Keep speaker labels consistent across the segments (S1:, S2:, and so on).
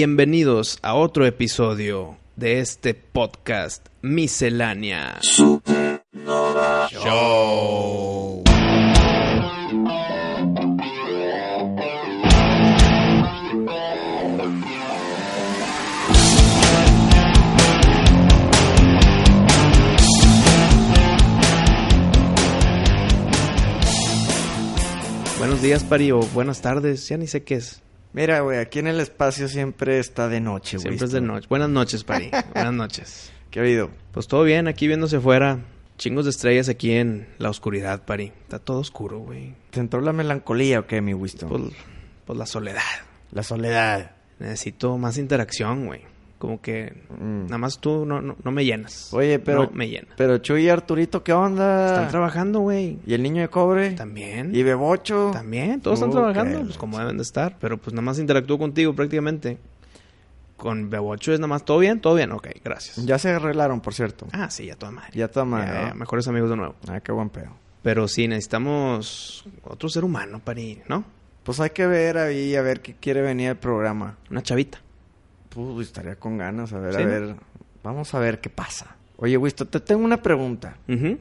S1: Bienvenidos a otro episodio de este podcast Miscelánea. Show. Buenos días, Pari, o buenas tardes, ya ni sé qué es.
S2: Mira, güey, aquí en el espacio siempre está de noche, güey.
S1: Siempre es de noche. Buenas noches, Pari. Buenas noches.
S2: ¿Qué ha habido?
S1: Pues todo bien, aquí viéndose fuera. Chingos de estrellas aquí en la oscuridad, Pari. Está todo oscuro, güey.
S2: ¿Te entró la melancolía o qué, mi Wisto?
S1: Pues, pues la soledad.
S2: La soledad.
S1: Necesito más interacción, güey. Como que
S2: Mm.
S1: nada más tú no, no, no me llenas.
S2: Oye, pero...
S1: No me llena.
S2: Pero Chuy y Arturito, ¿qué onda?
S1: Están trabajando, güey.
S2: ¿Y el niño de cobre?
S1: También.
S2: ¿Y Bebocho?
S1: También. Todos están
S2: Uh,
S1: trabajando,
S2: qué
S1: pues como deben de estar. Pero pues nada más interactúo contigo prácticamente. Con Bebocho es nada más todo bien, todo bien. Ok, gracias.
S2: Ya se arreglaron, por cierto.
S1: Ah, sí, ya toda madre.
S2: Ya está mal,
S1: Ya,
S2: ¿no?
S1: ya, mejores amigos de nuevo.
S2: Ah, qué buen pedo.
S1: Pero sí, necesitamos otro ser humano, Pari, ¿no?
S2: Pues hay que ver ahí, a ver qué quiere venir al programa.
S1: Una chavita.
S2: Pues estaría con ganas, a ver,
S1: Sí,
S2: a
S1: ¿no?
S2: ver. Vamos a ver qué pasa. Oye, Wisto, te tengo una pregunta.
S1: Ujú.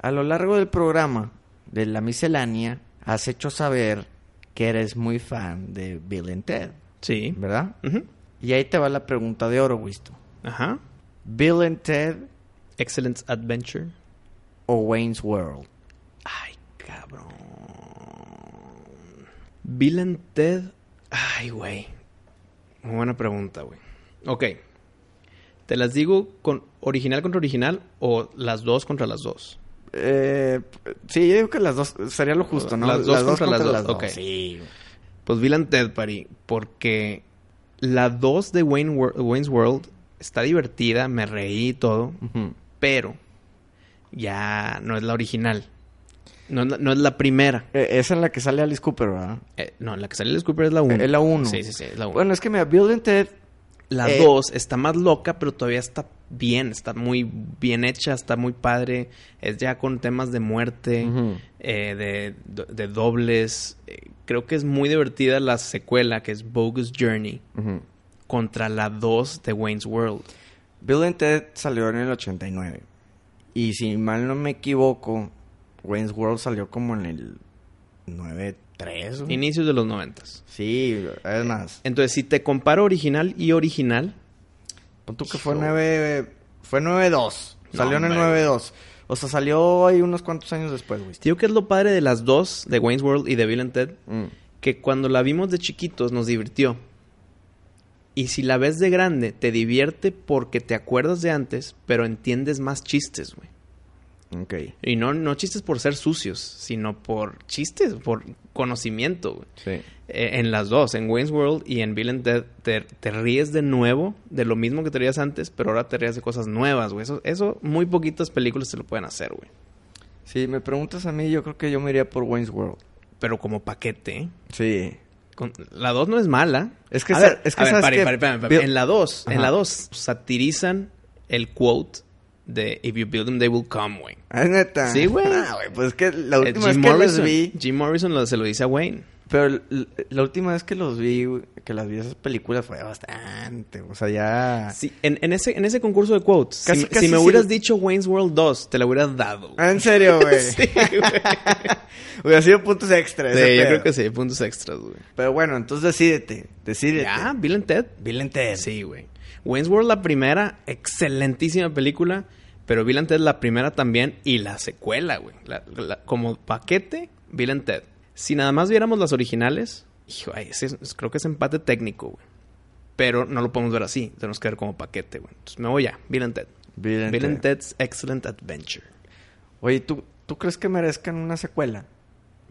S2: A lo largo del programa de la miscelánea, has hecho saber que eres muy fan de Bill and Ted,
S1: Sí.
S2: ¿verdad?
S1: Ujú.
S2: Y ahí te va la pregunta de oro, Wisto.
S1: Ajá.
S2: ¿Bill and Ted
S1: Excellence Adventure.
S2: o Wayne's World?
S1: Ay, cabrón. Bill and Ted. Ay, güey. Muy buena pregunta, güey. Ok. ¿Te las digo con original contra original o las dos contra las dos?
S2: Eh, sí, yo digo que las dos, sería lo justo, ¿no?
S1: Las dos contra las dos, ok.
S2: Sí.
S1: Pues Bill and Ted, Pari, porque la 2 de Wayne Wor- Wayne's World está divertida, me reí y todo,
S2: Ujú.
S1: pero ya no es la original. No es la, no es la primera.
S2: Eh, esa es la que sale Alice Cooper, ¿verdad?
S1: Eh, no, la que sale el Scooper es la 1.
S2: Es la uno.
S1: Sí, sí, sí, es la 1.
S2: Bueno, es que mira, Bill and Ted,
S1: La
S2: Eh,
S1: 2 está más loca, pero todavía está bien, está muy bien hecha, está muy padre. Es ya con temas de muerte,
S2: Ujú.
S1: eh, de, do- de dobles. Eh, creo que es muy divertida la secuela, que es Bogus Journey,
S2: ujú.
S1: contra la 2 de Wayne's World.
S2: Bill and Ted salió en el 89. Y si mal no me equivoco, Wayne's World salió como en el 93. ¿no?
S1: Inicios de los noventas.
S2: Sí, es más.
S1: Entonces, si te comparo original y original,
S2: Pon tú que fue
S1: Hijo.
S2: 9 fue 92.
S1: No,
S2: Salió en el
S1: hombre.
S2: 92. O sea, salió ahí unos cuantos años después, güey.
S1: digo que es lo padre de las dos, de Wayne's World y de Bill and Ted,
S2: Mm.
S1: que cuando la vimos de chiquitos nos divirtió. Y si la ves de grande, te divierte porque te acuerdas de antes, pero entiendes más chistes, güey.
S2: Ok.
S1: Y no, no chistes por ser sucios, sino por chistes, por conocimiento, güey.
S2: Sí.
S1: Eh, en las dos, en Wayne's World y en Bill and Ted, te, te ríes de nuevo de lo mismo que te rías antes, pero ahora te ríes de cosas nuevas, güey. Eso, eso muy poquitas películas te lo pueden hacer, güey.
S2: Si me preguntas a mí, yo creo que yo me iría por Wayne's World.
S1: Pero como paquete, ¿eh?
S2: Sí.
S1: Con- la 2 no es mala.
S2: Es que
S1: a
S2: sa-
S1: ver,
S2: es que
S1: a ver,
S2: sabes
S1: pare,
S2: que-
S1: pare, pare, pare.
S2: Bill-
S1: En la 2, en
S2: Ajá.
S1: la 2 satirizan el quote de If you build them, they will come, güey.
S2: Es neta.
S1: Sí, güey.
S2: Ah, güey, pues es que la
S1: Eh,
S2: última vez
S1: Jim
S2: que los
S1: Morrison,
S2: vi...
S1: Jim Morrison lo- se lo dice a Wayne.
S2: Pero l- la última vez que los vi, güey, que las vi esas películas fue bastante, o sea, ya...
S1: Sí, en, en ese, en ese concurso de quotes, si-
S2: Ah. Casi,
S1: si,
S2: casi
S1: me
S2: sí
S1: hubieras
S2: lo-
S1: dicho Wayne's World 2, te la hubieras dado. güey.
S2: Ah, en serio, güey.
S1: Sí, güey.
S2: Hubiera sido puntos extras.
S1: Sí, yo creo que sí, puntos extras, güey.
S2: Pero bueno, entonces decídete, decídete.
S1: Ya, Bill and Ted.
S2: Bill and Ted.
S1: Sí, güey. Wayne's World, la primera, excelentísima película. Pero Bill and Ted, la primera también. Y la secuela, güey. La- la- como paquete, Bill and Ted. Si nada más viéramos las originales, hijo, ay, ese es- creo que es empate técnico, güey. Pero no lo podemos ver así. Tenemos que ver como paquete, güey. Entonces me voy ya. Bill and Ted.
S2: Bill and
S1: Bill and
S2: Ted.
S1: Ted's Excellent Adventure.
S2: Oye, ¿tú, ¿tú crees que merezcan una secuela?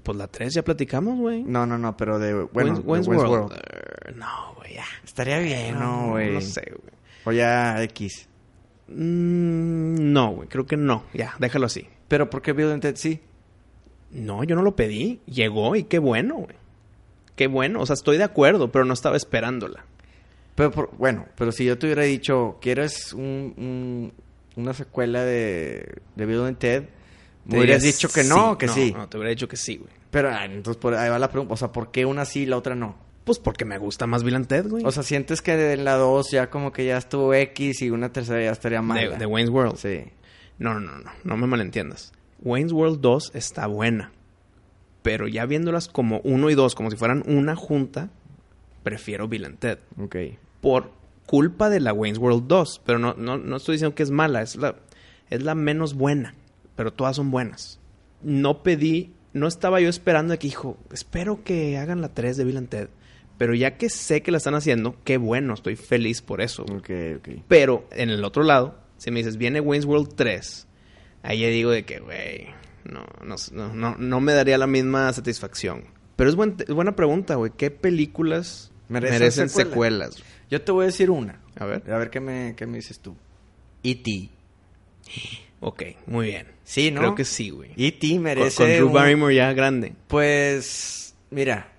S1: Pues la 3 ya platicamos, güey.
S2: No, no, no, pero de... Bueno,
S1: Wayne's-
S2: de
S1: Wayne's
S2: Westworld.
S1: World. Eh, no, güey, ya.
S2: Estaría
S1: No,
S2: bien, ¿no, güey?
S1: No sé, güey.
S2: O ya X.
S1: Mm, no, güey, creo que no. Ya, déjalo así.
S2: Pero ¿por qué Bill and Ted sí?
S1: No, yo no lo pedí. Llegó y qué bueno, güey. Qué bueno. O sea, estoy de acuerdo, pero no estaba esperándola.
S2: Pero por- bueno, pero si yo te hubiera dicho, ¿quieres un, un- una secuela de, de Bill and Ted?
S1: Te
S2: Me hubieras
S1: dirías,
S2: dicho que no, que sí.
S1: No, te hubiera dicho que sí, güey.
S2: Pero ah, entonces por ahí va la pregunta, o sea, ¿por qué una sí y la otra no?
S1: Pues porque me gusta más Bill and Ted, güey.
S2: O sea, sientes que de la 2 ya como que ya estuvo X y una tercera ya estaría mala.
S1: de, de Wayne's World.
S2: Sí.
S1: No, no, no, no, no me malentiendas. Wayne's World 2 está buena. Pero ya viéndolas como uno y dos, como si fueran una junta, prefiero Bill and Ted.
S2: Ok.
S1: Por culpa de la Wayne's World 2. Pero no, no, no estoy diciendo que es mala, es la, es la menos buena. Pero todas son buenas. No pedí, no estaba yo esperando de que, hijo, espero que hagan la 3 de Bill and Ted. Pero ya que sé que la están haciendo, qué bueno, estoy feliz por eso.
S2: Ok, ok.
S1: Pero en el otro lado, si me dices, viene Wayne's World 3, ahí ya digo de que, güey, no, no, no- no, no me daría la misma satisfacción. Pero es, buen- es buena pregunta, güey. ¿Qué películas
S2: ¿Merecen
S1: merecen,
S2: secuela?
S1: secuelas?
S2: Yo te voy a decir una.
S1: A ver.
S2: A ver qué me, qué me dices tú. E.T.
S1: Ok, muy bien.
S2: Sí, ¿no?
S1: Creo que sí, güey. Con-
S2: E.T.
S1: Con,
S2: merece.
S1: Drew
S2: un-
S1: Barrymore ya grande.
S2: Pues. Mira.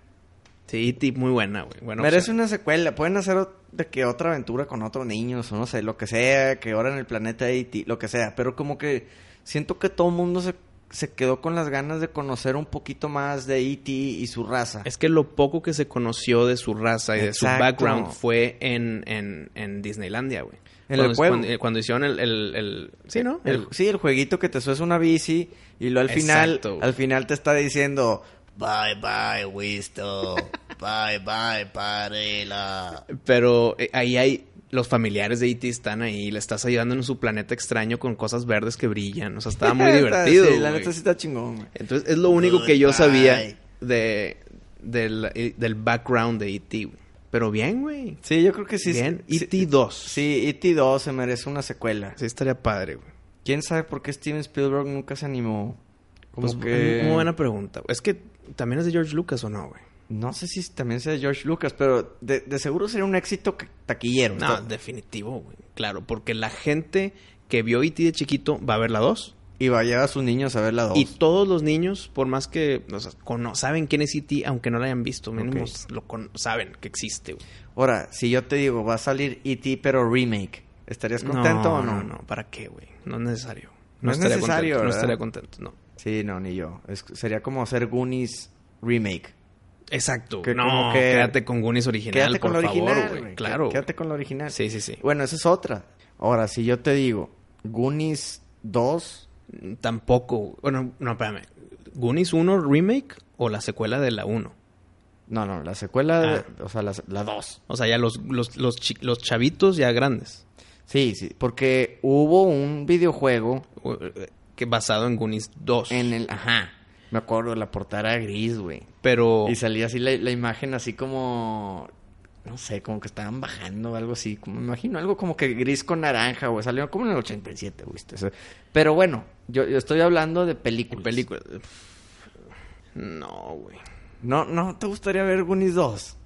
S1: Sí, E.T. muy buena, güey. Bueno,
S2: merece una secuela. Pueden hacer ot- de que otra aventura con otros niños o no sé, lo que sea. Que ahora en el planeta E.T., lo que sea. Pero como que siento que todo el mundo se, se quedó con las ganas de conocer un poquito más de E.T. y su raza.
S1: Es que lo poco que se conoció de su raza y de su
S2: Exacto.
S1: background fue en, en, en Disneylandia, güey.
S2: En
S1: cuando,
S2: el juego.
S1: Cuando, eh, cuando hicieron el, el, el- Sí, ¿no?
S2: El- sí, el jueguito que te subes una bici y luego al final,
S1: Exacto, güey.
S2: al final te está diciendo bye bye Wisto, bye bye Parela.
S1: Pero eh, ahí hay. Los familiares de E.T. están ahí, le estás ayudando en su planeta extraño con cosas verdes que brillan. O sea, estaba muy divertido.
S2: Sí, la
S1: güey.
S2: neta sí está chingón. güey.
S1: Entonces, es lo único que yo sabía
S2: Goodbye.
S1: de, del, eh, del background de E.T. güey. Pero bien, güey.
S2: Sí, yo creo que sí.
S1: bien.
S2: sí-
S1: E.T. 2.
S2: Sí, E.T. 2 se merece una secuela.
S1: Sí, estaría padre, güey.
S2: ¿Quién sabe por qué Steven Spielberg nunca se animó? Como
S1: Pues,
S2: que...
S1: Muy buena pregunta. Es que también es de George Lucas o no, güey.
S2: No sé si también sea de George Lucas, pero de, de seguro sería un éxito que- taquillero.
S1: No,
S2: Entonces-
S1: definitivo, güey. Claro, porque la gente que vio E.T. de chiquito va a ver la 2.
S2: Y vaya a sus niños a ver la 2.
S1: Y todos los niños, por más que o sea, cono- saben quién es E.T., aunque no lo hayan visto, mínimo
S2: Ok.
S1: lo con- saben que existe. güey.
S2: Ahora, si yo te digo, va a salir E.T., pero remake, ¿estarías contento
S1: no,
S2: o no?
S1: No, no, ¿para qué, güey? No es necesario.
S2: No es
S1: estaría
S2: necesario,
S1: contento, No
S2: ¿verdad?
S1: estaría contento, no.
S2: Sí, no, ni yo. Es- sería como hacer Goonies remake.
S1: Exacto.
S2: Que como
S1: no,
S2: que-
S1: quédate con Goonies original,
S2: Quédate con
S1: por
S2: lo
S1: favor,
S2: original,
S1: güey.
S2: güey.
S1: Claro.
S2: Quédate con lo original.
S1: Sí, sí, sí.
S2: Bueno, esa es otra. Ahora, si yo te digo, Goonies 2,
S1: Tampoco. Bueno, no, espérame. ¿Goonies 1 remake o la secuela de la 1?
S2: no, no, la secuela,
S1: Ah.
S2: o sea, la, la 2.
S1: O sea, ya los, los, los, chi- los chavitos ya grandes.
S2: Sí, sí, porque hubo un videojuego
S1: o- eh, Que basado en Goonies 2.
S2: en el, ajá, me acuerdo, la portada era gris, güey.
S1: Pero.
S2: Y salía así la, la imagen así como... No sé, como que estaban bajando o algo así. Como, me imagino algo como que gris con naranja, güey. Salió como en el 87, güey. este, ese. Pero bueno, yo, yo estoy hablando de películas.
S1: Película. No, güey.
S2: No, no, ¿te gustaría ver Goonies 2?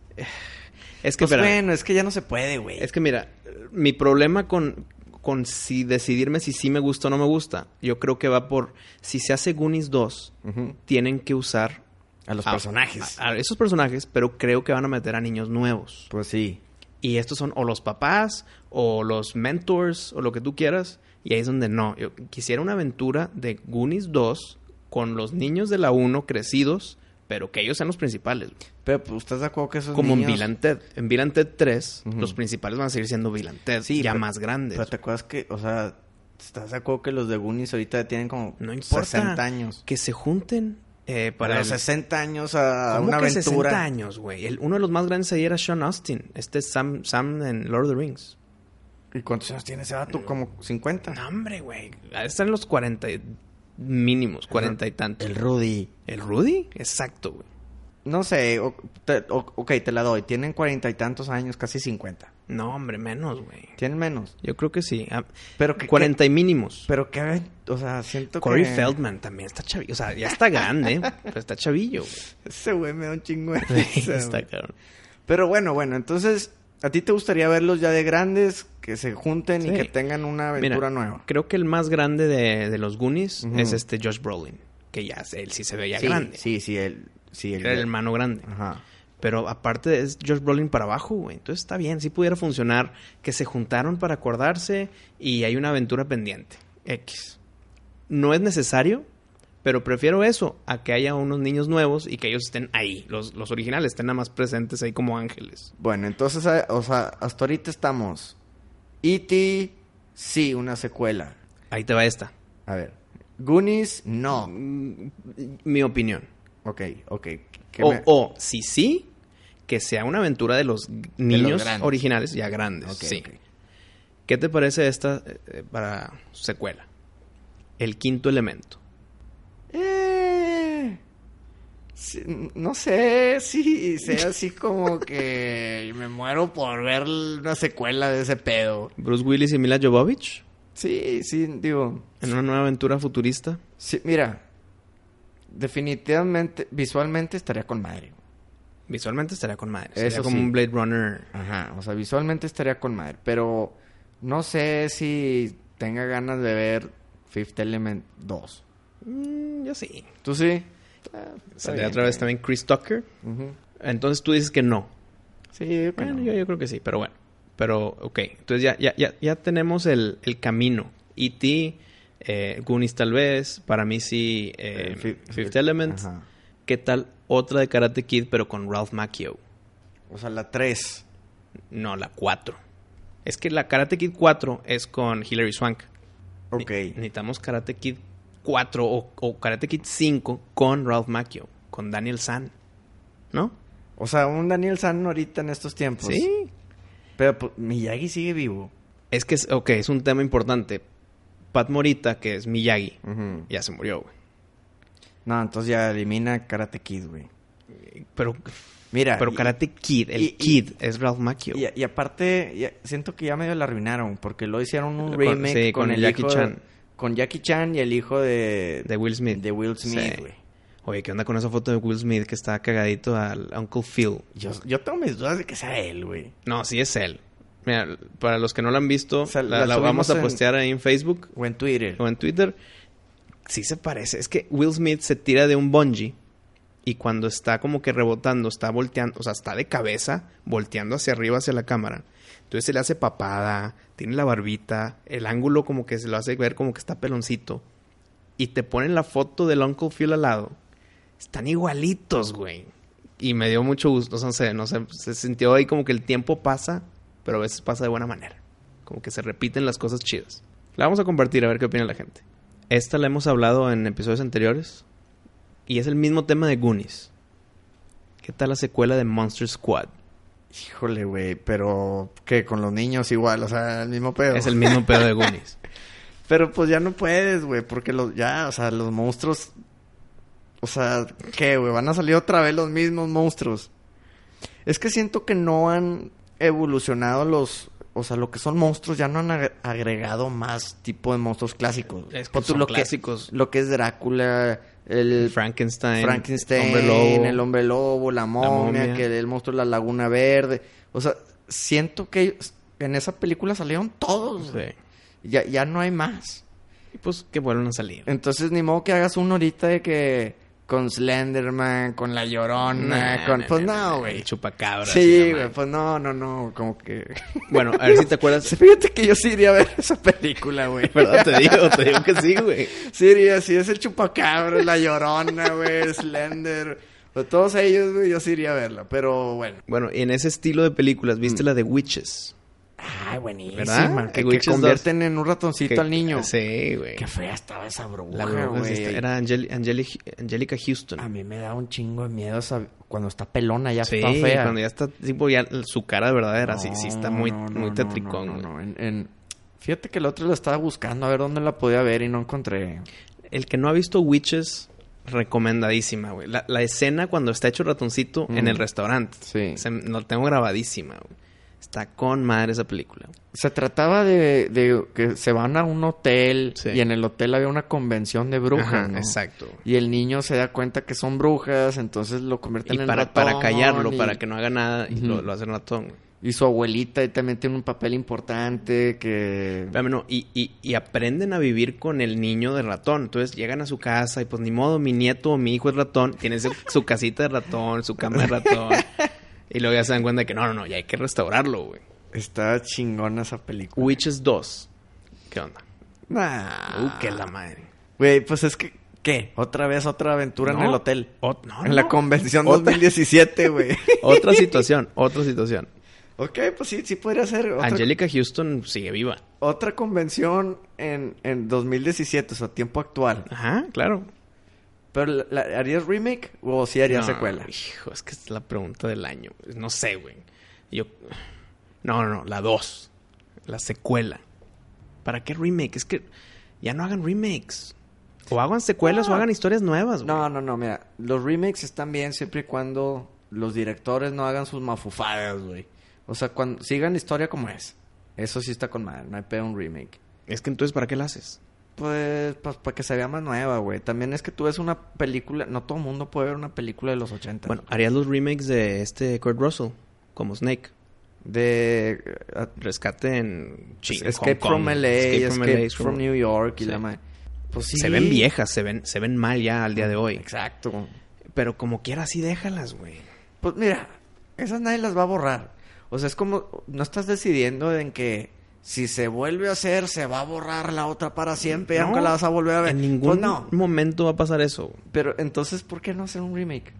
S1: Es que,
S2: Pues
S1: espérame.
S2: bueno, es que ya no se puede, güey.
S1: es que mira, mi problema con, con si decidirme si sí me gusta o no me gusta, yo creo que va por si se hace Goonies 2,
S2: Ujú. Ah,
S1: tienen que usar
S2: A los
S1: a-
S2: personajes.
S1: a- a esos personajes, pero creo que van a meter a niños nuevos.
S2: Pues sí.
S1: Y estos son o los papás o los mentors o lo que tú quieras. Y ahí es donde no. Yo quisiera una aventura de Goonies 2 con los niños de la 1 crecidos, pero que ellos sean los principales.
S2: Pero pues, ¿estás de acuerdo que esos
S1: Como
S2: niños...
S1: en Bill and Ted. En Bill and Ted 3,
S2: Ujú.
S1: los principales van a seguir siendo Bill and Ted,
S2: Sí,
S1: ya
S2: pero-
S1: más grandes.
S2: Pero te acuerdas que, o sea, ¿estás de acuerdo que los de Goonies ahorita tienen como
S1: no importa.
S2: 60 años?
S1: Que se junten eh,
S2: Para
S1: para
S2: los
S1: el-
S2: 60 años a
S1: ¿Cómo
S2: una
S1: que
S2: aventura.
S1: 60 años, güey. El- Uno de los más grandes ahí era Sean Austin. Este es Sam, Sam en Lord of the Rings.
S2: ¿Y cuántos años tiene ese vato? Como 50.
S1: No, hombre, güey. Ha de estar en los 40 y- mínimos, 40 y tantos.
S2: El Rudy.
S1: ¿El Rudy? Exacto, güey.
S2: No sé, o- te- o- ok, te la doy. Tienen cuarenta y tantos años, casi 50.
S1: No, hombre, menos, güey.
S2: Tienen menos.
S1: Yo creo que sí. Ah,
S2: Pero que...
S1: 40 y mínimos.
S2: que- pero que... aven- O sea, siento
S1: Corey
S2: que...
S1: Feldman también está chavillo. O sea, ya está grande, pero está chavillo, güey.
S2: Ese güey me da un chingo de risa,
S1: está
S2: güey.
S1: cabrón.
S2: Pero bueno, bueno. Entonces, ¿a ti te gustaría verlos ya de grandes? Que se junten y
S1: Sí.
S2: que tengan una
S1: Mira,
S2: aventura nueva.
S1: creo que el más grande de, de los Goonies
S2: Ujú.
S1: es este Josh Brolin. Que ya, se- él sí se veía
S2: sí,
S1: grande.
S2: Sí, sí, el... Sí, el...
S1: Era el hermano grande.
S2: Ajá.
S1: Pero aparte es Josh Brolin para abajo, güey. Entonces está bien, sí pudiera funcionar que se juntaron para acordarse y hay una aventura pendiente. X. No es necesario, Pero prefiero eso a que haya unos niños nuevos y que ellos estén ahí, los, los originales estén nada más presentes ahí como ángeles.
S2: Bueno, entonces, a- o sea, hasta ahorita estamos. E.T., sí, una secuela.
S1: Ahí te va esta.
S2: A ver. Goonies, no.
S1: Mm, Mi opinión.
S2: Ok, ok. ¿Qué
S1: O,
S2: me-
S1: o, si sí, que sea una aventura de los g- niños
S2: grandes.
S1: originales ya grandes.
S2: Ok,
S1: sí.
S2: ok.
S1: ¿Qué te parece esta eh, eh, para secuela? El quinto elemento.
S2: Eh, sí, no sé si sea así como que me muero por ver una secuela de ese pedo.
S1: Bruce Willis y Mila Jovovich
S2: Sí, sí, digo.
S1: en una nueva aventura futurista.
S2: Sí, mira. Definitivamente, visualmente estaría con madre.
S1: Visualmente estaría con madre. Sería
S2: Eso
S1: como
S2: sí.
S1: un Blade Runner.
S2: Ajá, o sea, visualmente estaría con madre. Pero no sé si tenga ganas de ver Fifth Element 2.
S1: Mm, yo sí.
S2: ¿Tú sí?
S1: Saldría otra vez también Chris Tucker.
S2: Ujú.
S1: Entonces tú dices que no.
S2: Sí, yo creo que
S1: Bueno,
S2: no.
S1: yo, yo creo que sí, pero bueno. Pero, ok. Entonces ya, ya, ya, ya tenemos el, el camino. E.T., eh, Goonies tal vez. Para mí sí, eh,
S2: Eh, Fif-
S1: Fifth,
S2: Fifth-
S1: Element.
S2: Ajá.
S1: ¿Qué tal otra de Karate Kid, pero con Ralph Macchio?
S2: O sea, la 3.
S1: No, la 4. Es que la Karate Kid 4 es con Hilary Swank.
S2: Ok.
S1: Ne- Necesitamos Karate Kid 4 o, o Karate Kid 5 con Ralph Macchio, con Daniel San. ¿No?
S2: O sea, un Daniel San ahorita en estos tiempos.
S1: sí.
S2: Pero pues, Miyagi sigue vivo.
S1: Es que, es, ok, es un tema importante. Pat Morita, que es Miyagi, ya se murió, güey.
S2: No, entonces ya elimina Karate Kid, güey.
S1: Pero,
S2: Mira.
S1: pero
S2: y-
S1: Karate Kid, el
S2: y- y-
S1: Kid, es Ralph Macchio.
S2: Y, y aparte, ya- siento que ya medio la arruinaron. Porque lo hicieron un
S1: Con-
S2: remake
S1: sí,
S2: con,
S1: con
S2: el
S1: Jackie
S2: hijo de-
S1: Chan.
S2: con Jackie Chan y el hijo de.
S1: de Will Smith.
S2: de Will Smith,
S1: Sí.
S2: güey.
S1: Oye, ¿qué onda con esa foto de Will Smith que está cagadito al Uncle Phil?
S2: Yo, yo tengo mis dudas de que sea él, güey.
S1: No, sí es él. Mira, para los que no la han visto,
S2: O sea,
S1: la,
S2: la
S1: la vamos
S2: subimos
S1: a
S2: en-
S1: postear ahí en Facebook
S2: O en Twitter.
S1: o en Twitter. Sí se parece. Es que Will Smith se tira de un bungee y cuando está como que rebotando, está volteando, o sea, está de cabeza, volteando hacia arriba, hacia la cámara. Entonces se le hace papada, tiene la barbita, el ángulo como que se lo hace ver como que está peloncito. Y te ponen la foto del Uncle Phil al lado. Están igualitos, güey. Y me dio mucho gusto, o sea, no sé, no sé, se sintió ahí como que el tiempo pasa, pero a veces pasa de buena manera. Como que se repiten las cosas chidas. La vamos a compartir a ver qué opina la gente. Esta la hemos hablado en episodios anteriores y es el mismo tema de Goonies. ¿Qué tal la secuela de Monster Squad?
S2: Híjole, güey. Pero, ¿qué? Con los niños igual. O sea, el mismo pedo.
S1: Es el mismo pedo de Goonies.
S2: Pero pues ya no puedes, güey, porque los, ya, o sea, los monstruos, o sea, ¿qué, güey? Van a salir otra vez los mismos monstruos. Es que siento que no han evolucionado los, o sea, lo que son monstruos, ya no han agre- agregado más tipo de monstruos clásicos.
S1: Es que
S2: Pon tú
S1: son
S2: lo
S1: clásicos.
S2: lo que es Drácula, el
S1: Frankenstein,
S2: Frankenstein,
S1: Hombre Lobo.
S2: el hombre lobo, la momia,
S1: momia.
S2: que el monstruo de la laguna verde. O sea, siento que en esa película salieron todos. güey.
S1: Sí.
S2: Ya, ya no hay más.
S1: Y pues que vuelvan a salir.
S2: Entonces, ni modo que hagas una horita de que con Slenderman, con La Llorona,
S1: Nah,
S2: con...
S1: nah,
S2: pues
S1: nah, nah,
S2: no,
S1: nah,
S2: güey.
S1: el Chupacabra.
S2: sí, güey, pues no, no, no, como que...
S1: Bueno, a ver si te acuerdas.
S2: Fíjate que yo sí iría a ver esa película, güey.
S1: ¿Verdad? Te digo, te digo que sí, güey.
S2: Sí iría, sí, ese Chupacabra, La Llorona, güey, Slender... o todos ellos, güey, yo sí iría a verla, pero bueno.
S1: Bueno, y en ese estilo de películas,
S2: Mm.
S1: ¿viste la de Witches?
S2: Ay, Ah, buenísima.
S1: ¿Verdad?
S2: Que,
S1: El
S2: que
S1: Witches
S2: convierten en un
S1: Que-
S2: ratoncito al niño.
S1: Sí, güey.
S2: Qué fea estaba esa bruja,
S1: La bruja sí
S2: güey.
S1: está- era Angel- Angeli- Angelica Houston.
S2: A mí me da un chingo de miedo esa- cuando está pelona, ya
S1: Sí,
S2: está fea.
S1: cuando ya está, tipo, ya su cara de verdadera, sí, sí está
S2: No,
S1: muy,
S2: no,
S1: muy
S2: no,
S1: tetricón,
S2: no, no,
S1: güey.
S2: no. En- en- Fíjate que el otro lo estaba buscando a ver dónde la podía ver y no encontré.
S1: El que no ha visto Witches, recomendadísima, güey. La, la escena cuando está hecho ratoncito en
S2: Mm.
S1: el restaurante.
S2: Sí.
S1: Se- lo tengo grabadísima, güey. Está con madre esa película.
S2: Se trataba de, de que se van a un hotel
S1: Sí.
S2: y en el hotel había una convención de brujas.
S1: Ajá,
S2: ¿no?
S1: Exacto.
S2: Y el niño se da cuenta que son brujas, entonces lo convierten
S1: Y
S2: en
S1: para,
S2: ratón
S1: para callarlo,
S2: y-
S1: para que no haga nada, y lo,
S2: Ujú.
S1: lo hacen ratón. güey.
S2: Y su abuelita ahí también tiene un papel importante que...
S1: Espérame, no, y, y- y aprenden a vivir con el niño de ratón. Entonces llegan a su casa y pues ni modo, mi nieto o mi hijo es ratón. Tienen su, su casita de ratón, su cama de ratón. y luego ya se dan cuenta que no, no, no, ya hay que restaurarlo, güey.
S2: Está chingona esa película.
S1: Witches 2. ¿Qué onda?
S2: Nah. Ah.
S1: Uh, qué la madre.
S2: Güey, pues es que ¿Qué? Otra vez otra aventura
S1: No.
S2: en el hotel.
S1: Ot- no,
S2: en la
S1: no.
S2: convención
S1: Otra.
S2: 2017, güey.
S1: Otra situación, otra situación.
S2: ok, pues sí, sí podría ser. Otra,
S1: Angelica Houston sigue viva.
S2: otra convención en, en 2017, o sea, tiempo actual.
S1: Ajá, claro.
S2: ¿Pero la- la- harías remake o sí harías
S1: No,
S2: secuela?
S1: Hijo, es que es la pregunta del año. pues, No sé, güey. Yo. No, no, no, la 2. La secuela. ¿Para qué remake? Es que ya no hagan remakes. O hagan secuelas
S2: No.
S1: o hagan historias nuevas, güey.
S2: No, no, no, mira, los remakes están bien siempre y cuando los directores no hagan sus mafufadas, güey. O sea, cuando sigan la historia como es. Eso sí está con madre, no hay pedo un remake.
S1: Es que entonces, ¿para qué la haces?
S2: Pues, pues para que se vea más nueva, güey. También es que tú ves una película, no todo el mundo puede ver una película de los 80.
S1: Bueno, harías los remakes de este Kurt Russell, como Snake.
S2: de eh, a-
S1: Rescate en China.
S2: Pues Escape from LA, Escape, from New York y
S1: Sí.
S2: la madre. Pues sí.
S1: Se ven viejas, se ven, se ven mal ya al día de hoy.
S2: Exacto.
S1: Pero como quiera, sí déjalas, güey.
S2: Pues mira, esas nadie las va a borrar. O sea, es como, no estás decidiendo en que si se vuelve a hacer, se va a borrar la otra para siempre,
S1: No,
S2: aunque la vas a volver a ver.
S1: En
S2: Pues
S1: ningún
S2: no.
S1: momento va a pasar eso. güey.
S2: Pero entonces, ¿por qué no hacer un remake?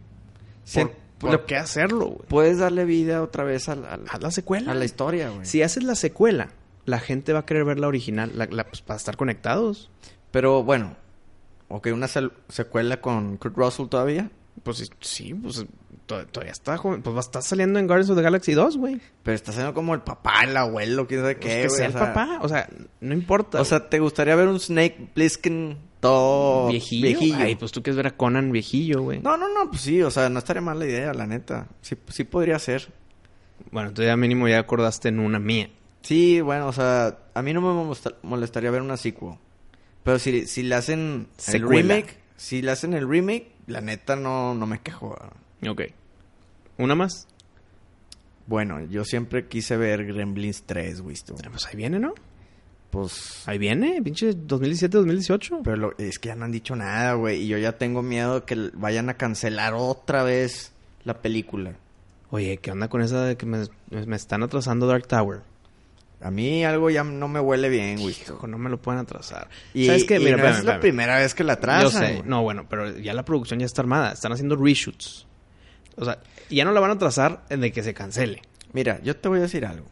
S2: Si-
S1: ¿Por, por
S2: le-
S1: qué hacerlo, güey?
S2: Puedes darle vida otra vez al- al-
S1: Haz la secuela.
S2: a la historia, güey.
S1: Si haces la secuela, la gente va a querer ver la original la- la- pues, para estar conectados.
S2: Pero bueno, ok, una sel- secuela con Kurt Russell todavía.
S1: Pues sí, pues to- todavía está joven. Pues va a estar saliendo en Guardians of the Galaxy 2, güey.
S2: Pero está siendo como el papá, el abuelo, quién sabe
S1: Pues
S2: qué.
S1: que
S2: güey,
S1: sea
S2: o
S1: el
S2: sea,
S1: papá. O sea, no importa.
S2: O sea, ¿te gustaría ver un Snake Plissken todo
S1: viejillo. Ay, pues tú quieres ver a Conan viejillo, güey.
S2: No, no, no, pues sí, o sea, no estaría mal la idea, la neta. Sí, sí podría ser.
S1: Bueno, entonces ya mínimo ya acordaste en una mía.
S2: Sí, bueno, o sea, a mí no me molesta- molestaría ver una sequel. Pero si, si le hacen
S1: Secuela.
S2: el remake, si le hacen el remake, la neta no, no me quejo.
S1: Ok. ¿Una más?
S2: Bueno, yo siempre quise ver Gremlins 3, Wisto.
S1: Ah, Pues ahí viene, ¿no?
S2: Pues,
S1: Ahí viene, pinche 2017, 2018.
S2: pero lo- es que ya no han dicho nada, güey. Y yo ya tengo miedo de que l- vayan a cancelar otra vez la película.
S1: Oye, ¿qué onda con esa de que me, me están atrasando Dark Tower?
S2: A mí algo ya no me huele bien, Wisto.
S1: Hijo, no me lo pueden atrasar.
S2: Y,
S1: ¿Sabes qué?
S2: y
S1: Mira,
S2: no
S1: espérame,
S2: es la
S1: espérame.
S2: primera vez que la trazan.
S1: Yo sé. No, bueno, pero ya la producción ya está armada. Están haciendo reshoots. O sea, ya no la van a atrasar de que se cancele.
S2: Mira, yo te voy a decir algo.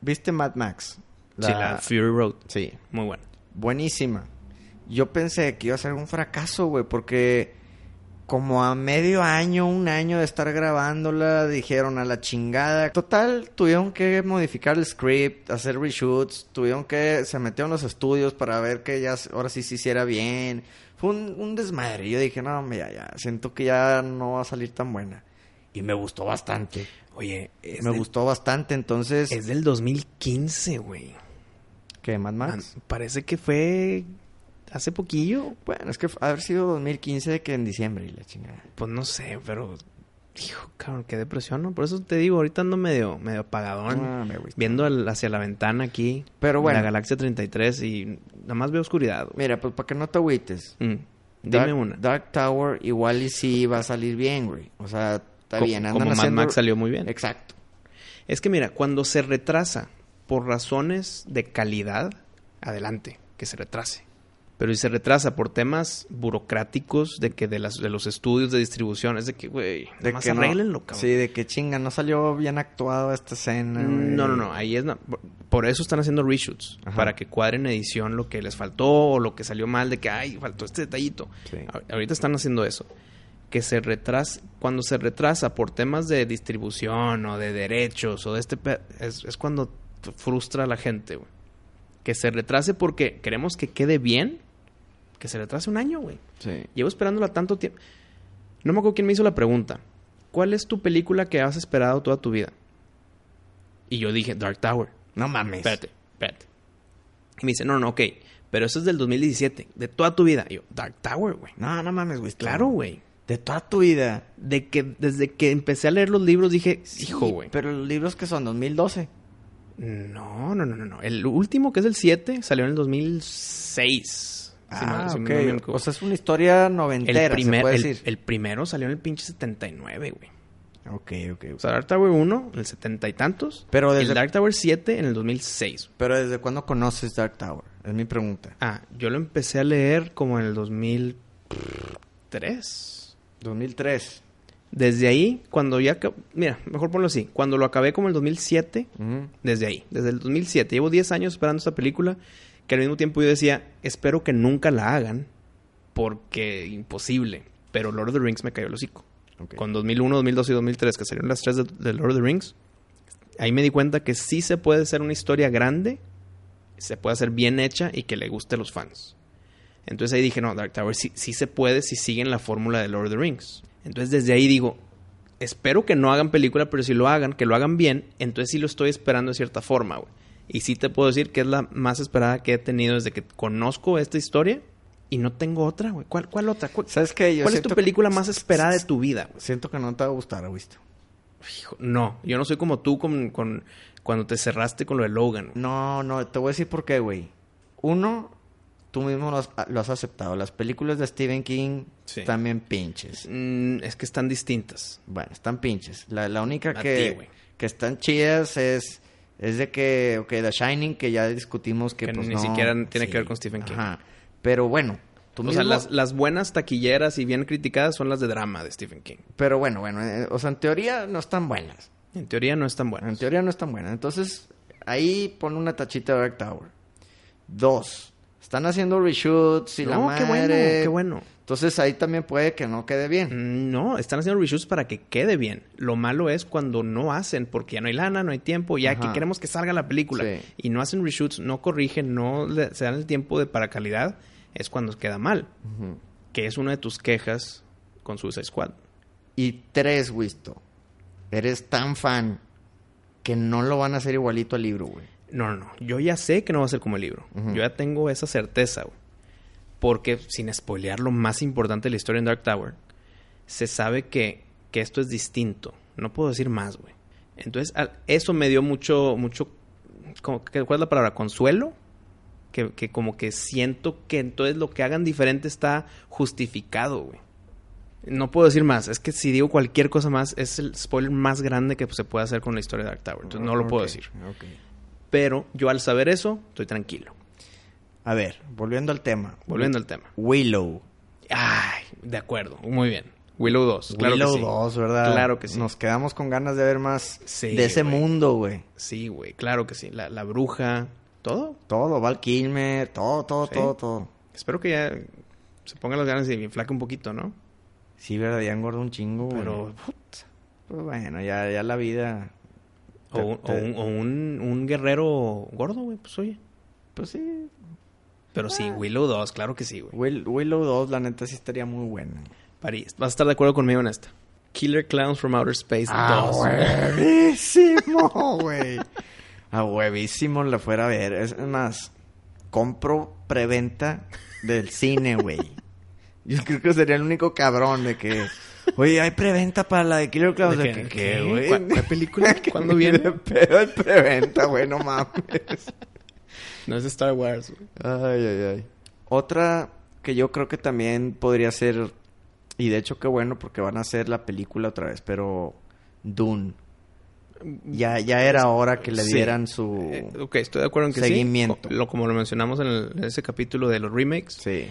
S2: ¿Viste Mad Max?
S1: Sí, la Fury Road.
S2: Sí.
S1: Muy bueno.
S2: Buenísima. Yo pensé que iba a ser un fracaso, güey, porque como a medio año, un año de estar grabándola, dijeron a la chingada. Total, tuvieron que modificar el script, hacer reshoots, tuvieron que... Se metieron los estudios para ver que ya s- ahora sí se hiciera bien. Fue un, un desmadre. Yo dije, no, hombre, ya, ya, siento que ya no va a salir tan buena. Y me gustó bastante.
S1: Oye, es,
S2: me
S1: del,
S2: gustó bastante, entonces...
S1: es del 2015, güey.
S2: ¿Qué, Mad Max?
S1: Ah, Parece que fue hace poquillo.
S2: Bueno, es que f- haber sido 2015 de que en diciembre y la chingada.
S1: Pues no sé, pero... Hijo, cabrón, qué depresión, ¿no? Por eso te digo, ahorita ando medio, medio apagadón.
S2: Ah, me gusta.
S1: viendo al- hacia la ventana aquí.
S2: Pero
S1: de
S2: bueno.
S1: La galaxia 33 y nada más veo oscuridad. güey.
S2: Mira, pues para que no te agüites.
S1: Mm. Dime
S2: Dark-
S1: una.
S2: Dark Tower igual y sí va a salir bien, güey. O sea, está
S1: Co-
S2: bien. Andan
S1: como Mad
S2: haciendo-
S1: Max salió muy bien.
S2: Exacto.
S1: Es que mira, cuando se retrasa por razones de calidad, adelante, que se retrase. Pero si se retrasa por temas burocráticos de que de, las, de los estudios de distribución, es de que, güey, nada más
S2: no-
S1: arréglenlo, cabrón. Mm,
S2: Sí, de que chinga, no salió bien actuado esta escena, güey.
S1: No, no, no, ahí es... no- por- Por eso están haciendo reshoots,
S2: Ajá.
S1: para que cuadren edición lo que les faltó o lo que salió mal, de que, ay, faltó este detallito.
S2: Sí.
S1: A- Ahorita están haciendo eso. Que se retrasa, cuando se retrasa por temas de distribución o de derechos o de este... pe- Es, es cuando t- frustra a la gente, güey. Que se retrase porque queremos que quede bien, que se retrase un año, güey.
S2: Sí.
S1: Llevo esperándola tanto tiempo. No me acuerdo quién me hizo la pregunta. ¿Cuál es tu película que has esperado toda tu vida? Y yo dije, Dark Tower.
S2: No mames.
S1: Espérate, espérate. Y me dice, no, no, ok. Pero eso es del 2017, de toda tu vida. Y yo, Dark Tower, güey.
S2: No, no mames, güey.
S1: Claro, güey.
S2: De toda tu vida.
S1: De que desde que empecé a leer los libros dije, hijo,
S2: Sí,
S1: güey.
S2: Pero los libros que son 2012.
S1: No, no, no, no, no. El último, que es el 7, salió en el 2006. Si
S2: ah,
S1: no- si no
S2: ok.
S1: me equivoco.
S2: o sea, es una historia
S1: el,
S2: noventera, se
S1: primer-
S2: puede
S1: el-
S2: decir.
S1: el primero salió en el pinche 79, güey.
S2: Ok, ok.
S1: O sea, Dark Tower 1, en el setenta y tantos.
S2: Pero
S1: Pero
S2: desde-
S1: El Dark Tower 7 en el 2006.
S2: Pero ¿desde cuándo conoces Dark Tower? Es mi pregunta.
S1: Ah, yo lo empecé a leer como en el 2003.
S2: 2003.
S1: Desde ahí, cuando ya... acab- Mira, mejor ponlo así. Cuando lo acabé como en el 2007,
S2: Ujú.
S1: desde ahí, desde el 2007. Llevo 10 años esperando esta película que al mismo tiempo yo decía, espero que nunca la hagan porque imposible. Pero Lord of the Rings me cayó el hocico.
S2: Ok.
S1: Con 2001, 2002 y 2003, que salieron las tres de, de Lord of the Rings, ahí me di cuenta que sí se puede hacer una historia grande, se puede hacer bien hecha y que le guste a los fans. Entonces ahí dije, no, Dark Tower sí, sí se puede si siguen la fórmula de Lord of the Rings. Entonces desde ahí digo, espero que no hagan película, pero si lo hagan, que lo hagan bien, entonces sí lo estoy esperando de cierta forma, güey. Y sí te puedo decir que es la más esperada que he tenido desde que conozco esta historia y no tengo otra, güey. ¿Cuál, cuál otra? ¿Cuál,
S2: ¿Sabes qué? Yo
S1: cuál es
S2: siento
S1: tu
S2: que-
S1: película más esperada de tu vida, güey?
S2: Siento que no te va a gustar, ¿oíste?
S1: Hijo, no, yo no soy como tú con, con- cuando te cerraste con lo de Logan. güey.
S2: No, no, te voy a decir por qué, güey. Uno, tú mismo lo has, lo has aceptado. Las películas de Stephen King
S1: Sí.
S2: también pinches.
S1: Mm, es que están distintas.
S2: Bueno, están pinches. La, la única
S1: A ti,
S2: que,
S1: güey.
S2: que están chidas es, es de que, ok, The Shining, que ya discutimos que,
S1: Que
S2: pues,
S1: ni
S2: no.
S1: siquiera tiene que ver con Stephen King.
S2: Ajá. Pero bueno, tú
S1: O
S2: mismo...
S1: sea, las, las buenas taquilleras y bien criticadas son las de drama de Stephen King.
S2: Pero bueno, bueno, eh, o sea, en teoría no están buenas.
S1: En teoría no están
S2: En
S1: buenas.
S2: teoría no es tan buena. Entonces, ahí pone una tachita de Dark Tower. Dos. Están haciendo reshoots y la
S1: no,
S2: madre.
S1: qué bueno, qué bueno.
S2: Entonces ahí también puede que no quede bien.
S1: Mm, No, están haciendo reshoots para que quede bien. Lo malo es cuando no hacen, porque ya no hay lana, no hay tiempo, ya
S2: Ajá.
S1: que queremos que salga la película.
S2: Sí.
S1: Y no hacen reshoots, no corrigen, no le- se dan el tiempo de para calidad, es cuando queda mal. Que es una de tus quejas con Suicide Squad.
S2: Y tres, Wisto. Eres tan fan que no lo van a hacer igualito al libro, güey.
S1: No, no, no. Yo ya sé que no va a ser como el libro.
S2: Ujú.
S1: Yo ya tengo esa certeza, güey. Porque, sin spoilear lo más importante de la historia en Dark Tower, se sabe que, que esto es distinto. No puedo decir más, güey. Entonces, al- eso me dio mucho, mucho... como que- ¿Cuál es la palabra? ¿Consuelo? Que, que como que siento que entonces lo que hagan diferente está justificado, güey. No puedo decir más. Es que si digo cualquier cosa más, es el spoiler más grande que se puede hacer con la historia de Dark Tower. Entonces, no lo puedo
S2: Ok,
S1: decir.
S2: ok.
S1: Pero yo al saber eso, estoy tranquilo.
S2: A ver, volviendo al tema.
S1: Volviendo al tema.
S2: Willow.
S1: Ay, de acuerdo. Muy bien. Willow 2. Pues Claro
S2: Willow
S1: que sí.
S2: 2, ¿verdad?
S1: Claro que sí.
S2: Nos quedamos con ganas de ver más
S1: Sí,
S2: de ese
S1: güey.
S2: mundo, güey.
S1: Sí, güey. Claro que sí. La, la bruja. Todo.
S2: Todo, Val Kilmer, todo, todo,
S1: Sí.
S2: todo, todo.
S1: Espero que ya se pongan las ganas y inflaque un poquito, ¿no?
S2: Sí, verdad, ya engorda un chingo, güey.
S1: Pero... put,
S2: Pues bueno, ya, ya la vida.
S1: O, un- o un, o un- un guerrero gordo, güey. Pues Ah. oye.
S2: Pues sí.
S1: Pero sí, Willow 2. Claro que sí, güey.
S2: Will- Willow 2, la neta, sí estaría muy buena.
S1: París. Vas a estar de acuerdo conmigo en esta. Killer Clowns from Outer Space 2.
S2: Ah, huevísimo, güey. A huevísimo la fuera a ver. Es más, compro preventa del cine, güey. Yo creo que sería el único cabrón de que. Oye, hay preventa para la de Killer Clowns.
S1: ¿De
S2: De
S1: qué? ¿Qué,
S2: que, ¿qué,
S1: güey?
S2: güey?
S1: ¿Cuál- cuál película?
S2: ¿Qué
S1: ¿Cuándo viene?
S2: de pedo hay preventa, güey, no mames.
S1: No es Star Wars, güey.
S2: Ay, ay, ay. Otra que yo creo que también podría ser, y de hecho qué bueno porque van a hacer la película otra vez, pero Dune. Ya, ya era hora que le
S1: Mm, Sí.
S2: dieran su...
S1: Eh, ok, estoy de acuerdo en que
S2: Seguimiento.
S1: sí. Co- Lo, como lo mencionamos en, el- en ese capítulo de los remakes.
S2: Sí.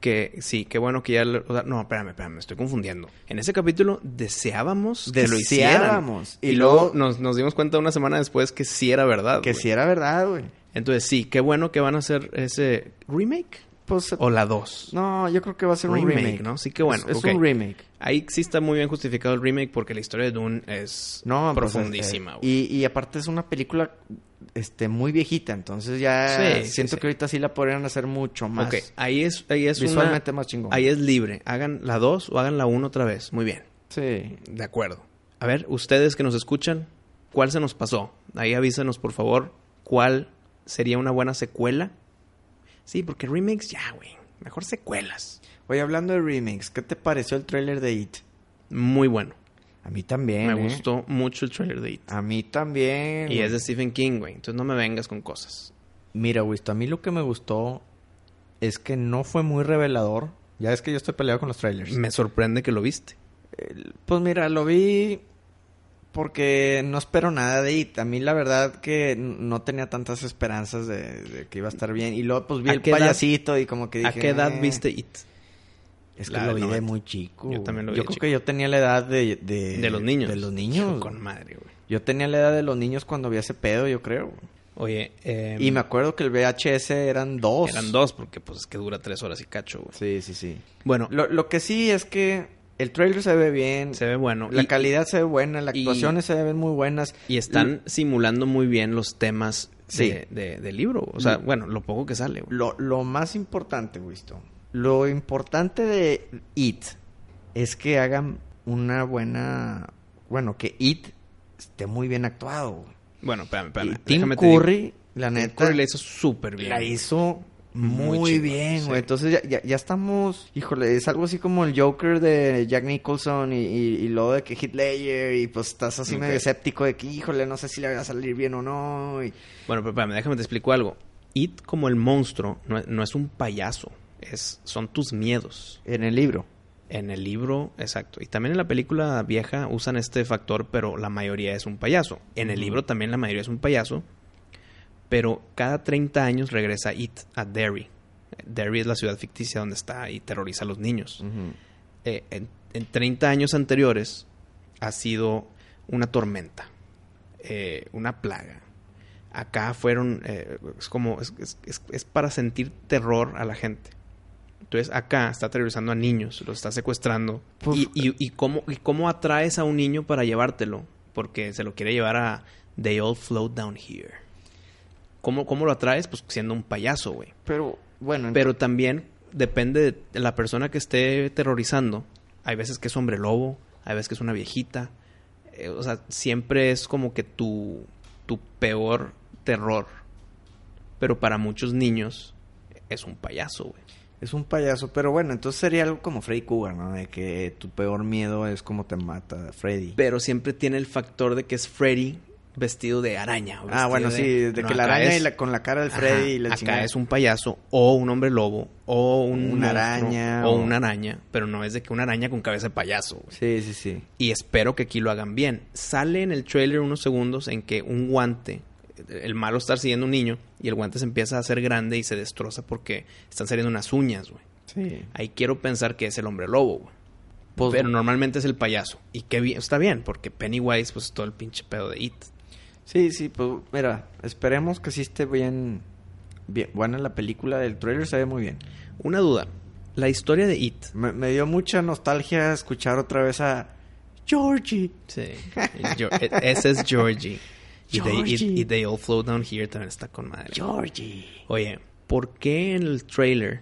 S1: Que sí, qué bueno que ya... lo- o sea, no, espérame, espérame, me estoy confundiendo. En ese capítulo deseábamos que lo hicieran.
S2: Deseábamos.
S1: Y,
S2: Y
S1: luego
S2: luego-
S1: nos, nos dimos cuenta una semana después que sí era verdad.
S2: Que
S1: güey.
S2: si era verdad, güey.
S1: Entonces sí, qué bueno que van a hacer ese remake
S2: Pues...
S1: o la 2.
S2: No, yo creo que va a ser un
S1: Remake,
S2: remake.
S1: ¿no? Sí, qué bueno,
S2: Es, es
S1: ok.
S2: un remake.
S1: Ahí sí está muy bien justificado el remake porque la historia de Dune es
S2: No, pues,
S1: profundísima.
S2: este,
S1: güey.
S2: y, y aparte es una película este, muy viejita, entonces ya
S1: Sí, sí,
S2: siento
S1: sí.
S2: que ahorita sí la podrían hacer mucho más.
S1: Ok, ahí es, ahí es una-
S2: visualmente más chingón.
S1: Ahí es libre. Hagan la 2 o hagan la 1 otra vez. Muy bien.
S2: Sí.
S1: De acuerdo. A ver, ustedes que nos escuchan, ¿cuál se nos pasó? Ahí avísenos, por favor, cuál sería una buena secuela. Sí, porque remakes ya, güey. Mejor secuelas.
S2: Oye, hablando de remakes, ¿qué te pareció el tráiler de It?
S1: Muy bueno.
S2: A mí también.
S1: Me
S2: ¿eh?
S1: gustó mucho el trailer de It.
S2: A mí también.
S1: Y es de Stephen King, güey. Entonces no me vengas con cosas.
S2: Mira, Wisto, a mí lo que me gustó es que no fue muy revelador. Ya es que yo Pues, estoy peleado con los trailers.
S1: Me sorprende que lo viste.
S2: Pues mira, lo vi porque no espero nada de IT. A mí la verdad que no tenía tantas esperanzas de, de que iba a estar bien. Y luego pues vi
S1: ¿A
S2: el
S1: qué edad-
S2: payasito y como que dije...
S1: ¿A qué edad
S2: "Eh".
S1: viste It?
S2: Es que
S1: La
S2: lo vi
S1: del
S2: de
S1: 90.
S2: muy chico.
S1: Yo también lo vi
S2: Yo
S1: de
S2: creo
S1: chico.
S2: que yo tenía la edad de... De,
S1: De los niños.
S2: Eh, De los niños.
S1: Con madre, güey.
S2: Yo tenía la edad de los niños cuando vi ese pedo, yo creo.
S1: Oye, em,
S2: Y me acuerdo que el VHS eran dos.
S1: eran dos porque pues es que dura tres horas y cacho, güey.
S2: Sí, sí, sí.
S1: Bueno,
S2: Lo, lo que sí es que el trailer se ve bien.
S1: se ve bueno.
S2: La
S1: Y-
S2: calidad se ve buena, las
S1: y-
S2: actuaciones se ven muy buenas.
S1: Y están simulando muy bien los temas
S2: Sí.
S1: de, de- del libro. O sea,
S2: Mm.
S1: bueno, lo poco que sale. güey.
S2: Lo, lo más importante, Wisto. Lo importante de It es que hagan una buena. Bueno, que It esté muy bien actuado. güey.
S1: Bueno, espérame, espérame.
S2: Y Tim
S1: Déjame te digo.
S2: Curry, la
S1: Tim
S2: neta,
S1: Curry la hizo súper bien.
S2: la hizo
S1: Muy
S2: muy,
S1: chingón,
S2: bien, güey.
S1: sí.
S2: Entonces ya, ya, ya estamos. Híjole, es algo así como el Joker de Jack Nicholson y, y, y luego de que Heath Ledger. Y pues estás así
S1: Ok.
S2: medio escéptico de que, híjole, no sé si le va a salir bien o no. Y,
S1: Bueno, pero espérame, déjame te explico algo. It como el monstruo no, es- no es un payaso. Es, son tus miedos.
S2: en el libro.
S1: En el libro, exacto. Y también en la película vieja usan este factor, pero la mayoría es un payaso. En el
S2: Ujú.
S1: libro también la mayoría es un payaso. Pero cada 30 años regresa It a Derry. Derry es la ciudad ficticia donde está y terroriza a los niños. Eh, en, en 30 años anteriores ha sido una tormenta, eh, una plaga. Acá fueron, eh, es como, es, es- es- es para sentir terror a la gente. Entonces acá está terrorizando a niños, los está secuestrando.
S2: Pues-
S1: y, y- y cómo, ¿Y cómo atraes a un niño para llevártelo? Porque se lo quiere llevar a They All Float Down Here. ¿Cómo, cómo lo atraes? Pues siendo un payaso, güey.
S2: Pero bueno,
S1: Pero también depende de la persona que esté terrorizando. Hay veces que es hombre lobo, hay veces que es una viejita. Eh, o sea, siempre es como que tu, tu peor terror. Pero para muchos niños eh, es un payaso, güey.
S2: es un payaso. Pero bueno, entonces sería algo como Freddy Cougar, ¿no? De que tu peor miedo es como te mata Freddy.
S1: Pero siempre tiene el factor de que es Freddy vestido de araña. o
S2: ah,
S1: vestido
S2: bueno, sí, de
S1: No,
S2: que la
S1: acá
S2: araña
S1: es-
S2: y la- con la cara del
S1: Ajá,
S2: Freddy y la
S1: acá
S2: chingada.
S1: es un payaso o un hombre lobo o un
S2: Una
S1: monstruo,
S2: araña,
S1: o
S2: o-
S1: una araña, pero no es de que una araña con cabeza de payaso. güey.
S2: Sí, sí, sí.
S1: Y espero que aquí lo hagan bien. Sale en el trailer unos segundos en que un guante, el malo está siguiendo un niño y el guante se empieza a hacer grande y se destroza porque están saliendo unas uñas, güey.
S2: Sí.
S1: Ahí quiero pensar que es el hombre lobo, güey.
S2: Pues-
S1: Pero normalmente es el payaso. Y qué bien, está bien, porque Pennywise, pues todo el pinche pedo de It.
S2: Sí, sí, pues mira, esperemos que sí esté bien, bien buena la película del trailer, se ve muy bien.
S1: Una duda, la historia de It.
S2: Me, me dio mucha nostalgia escuchar otra vez a Georgie.
S1: Sí. Yo- e- ese es Georgie. Y they, y-
S2: Georgie.
S1: y They All Flow Down Here también está con madre.
S2: Georgie.
S1: Oye, ¿por qué en el trailer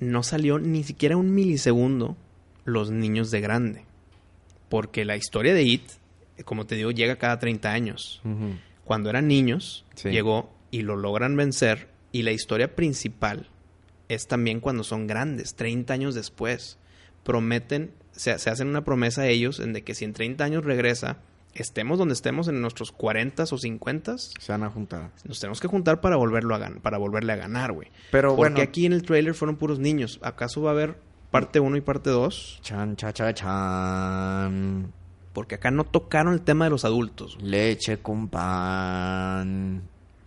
S1: no salió ni siquiera un milisegundo los niños de grande? Porque la historia de It, como te digo, llega cada 30 años. Cuando eran niños,
S2: Sí.
S1: llegó y lo logran vencer. Y la historia principal es también cuando son grandes, 30 años después. Prometen, se, se hacen una promesa a ellos en de que si en 30 años regresa, estemos donde estemos en nuestros 40 o 50
S2: Se van a juntar.
S1: nos tenemos que juntar para volverlo a gan- para volverle a ganar, güey.
S2: Pero
S1: Porque
S2: bueno,
S1: aquí en el trailer fueron puros niños. ¿Acaso va a haber parte 1 y parte 2?
S2: chan, cha, cha, chan.
S1: Porque acá no tocaron el tema de los adultos. güey.
S2: Leche con pan.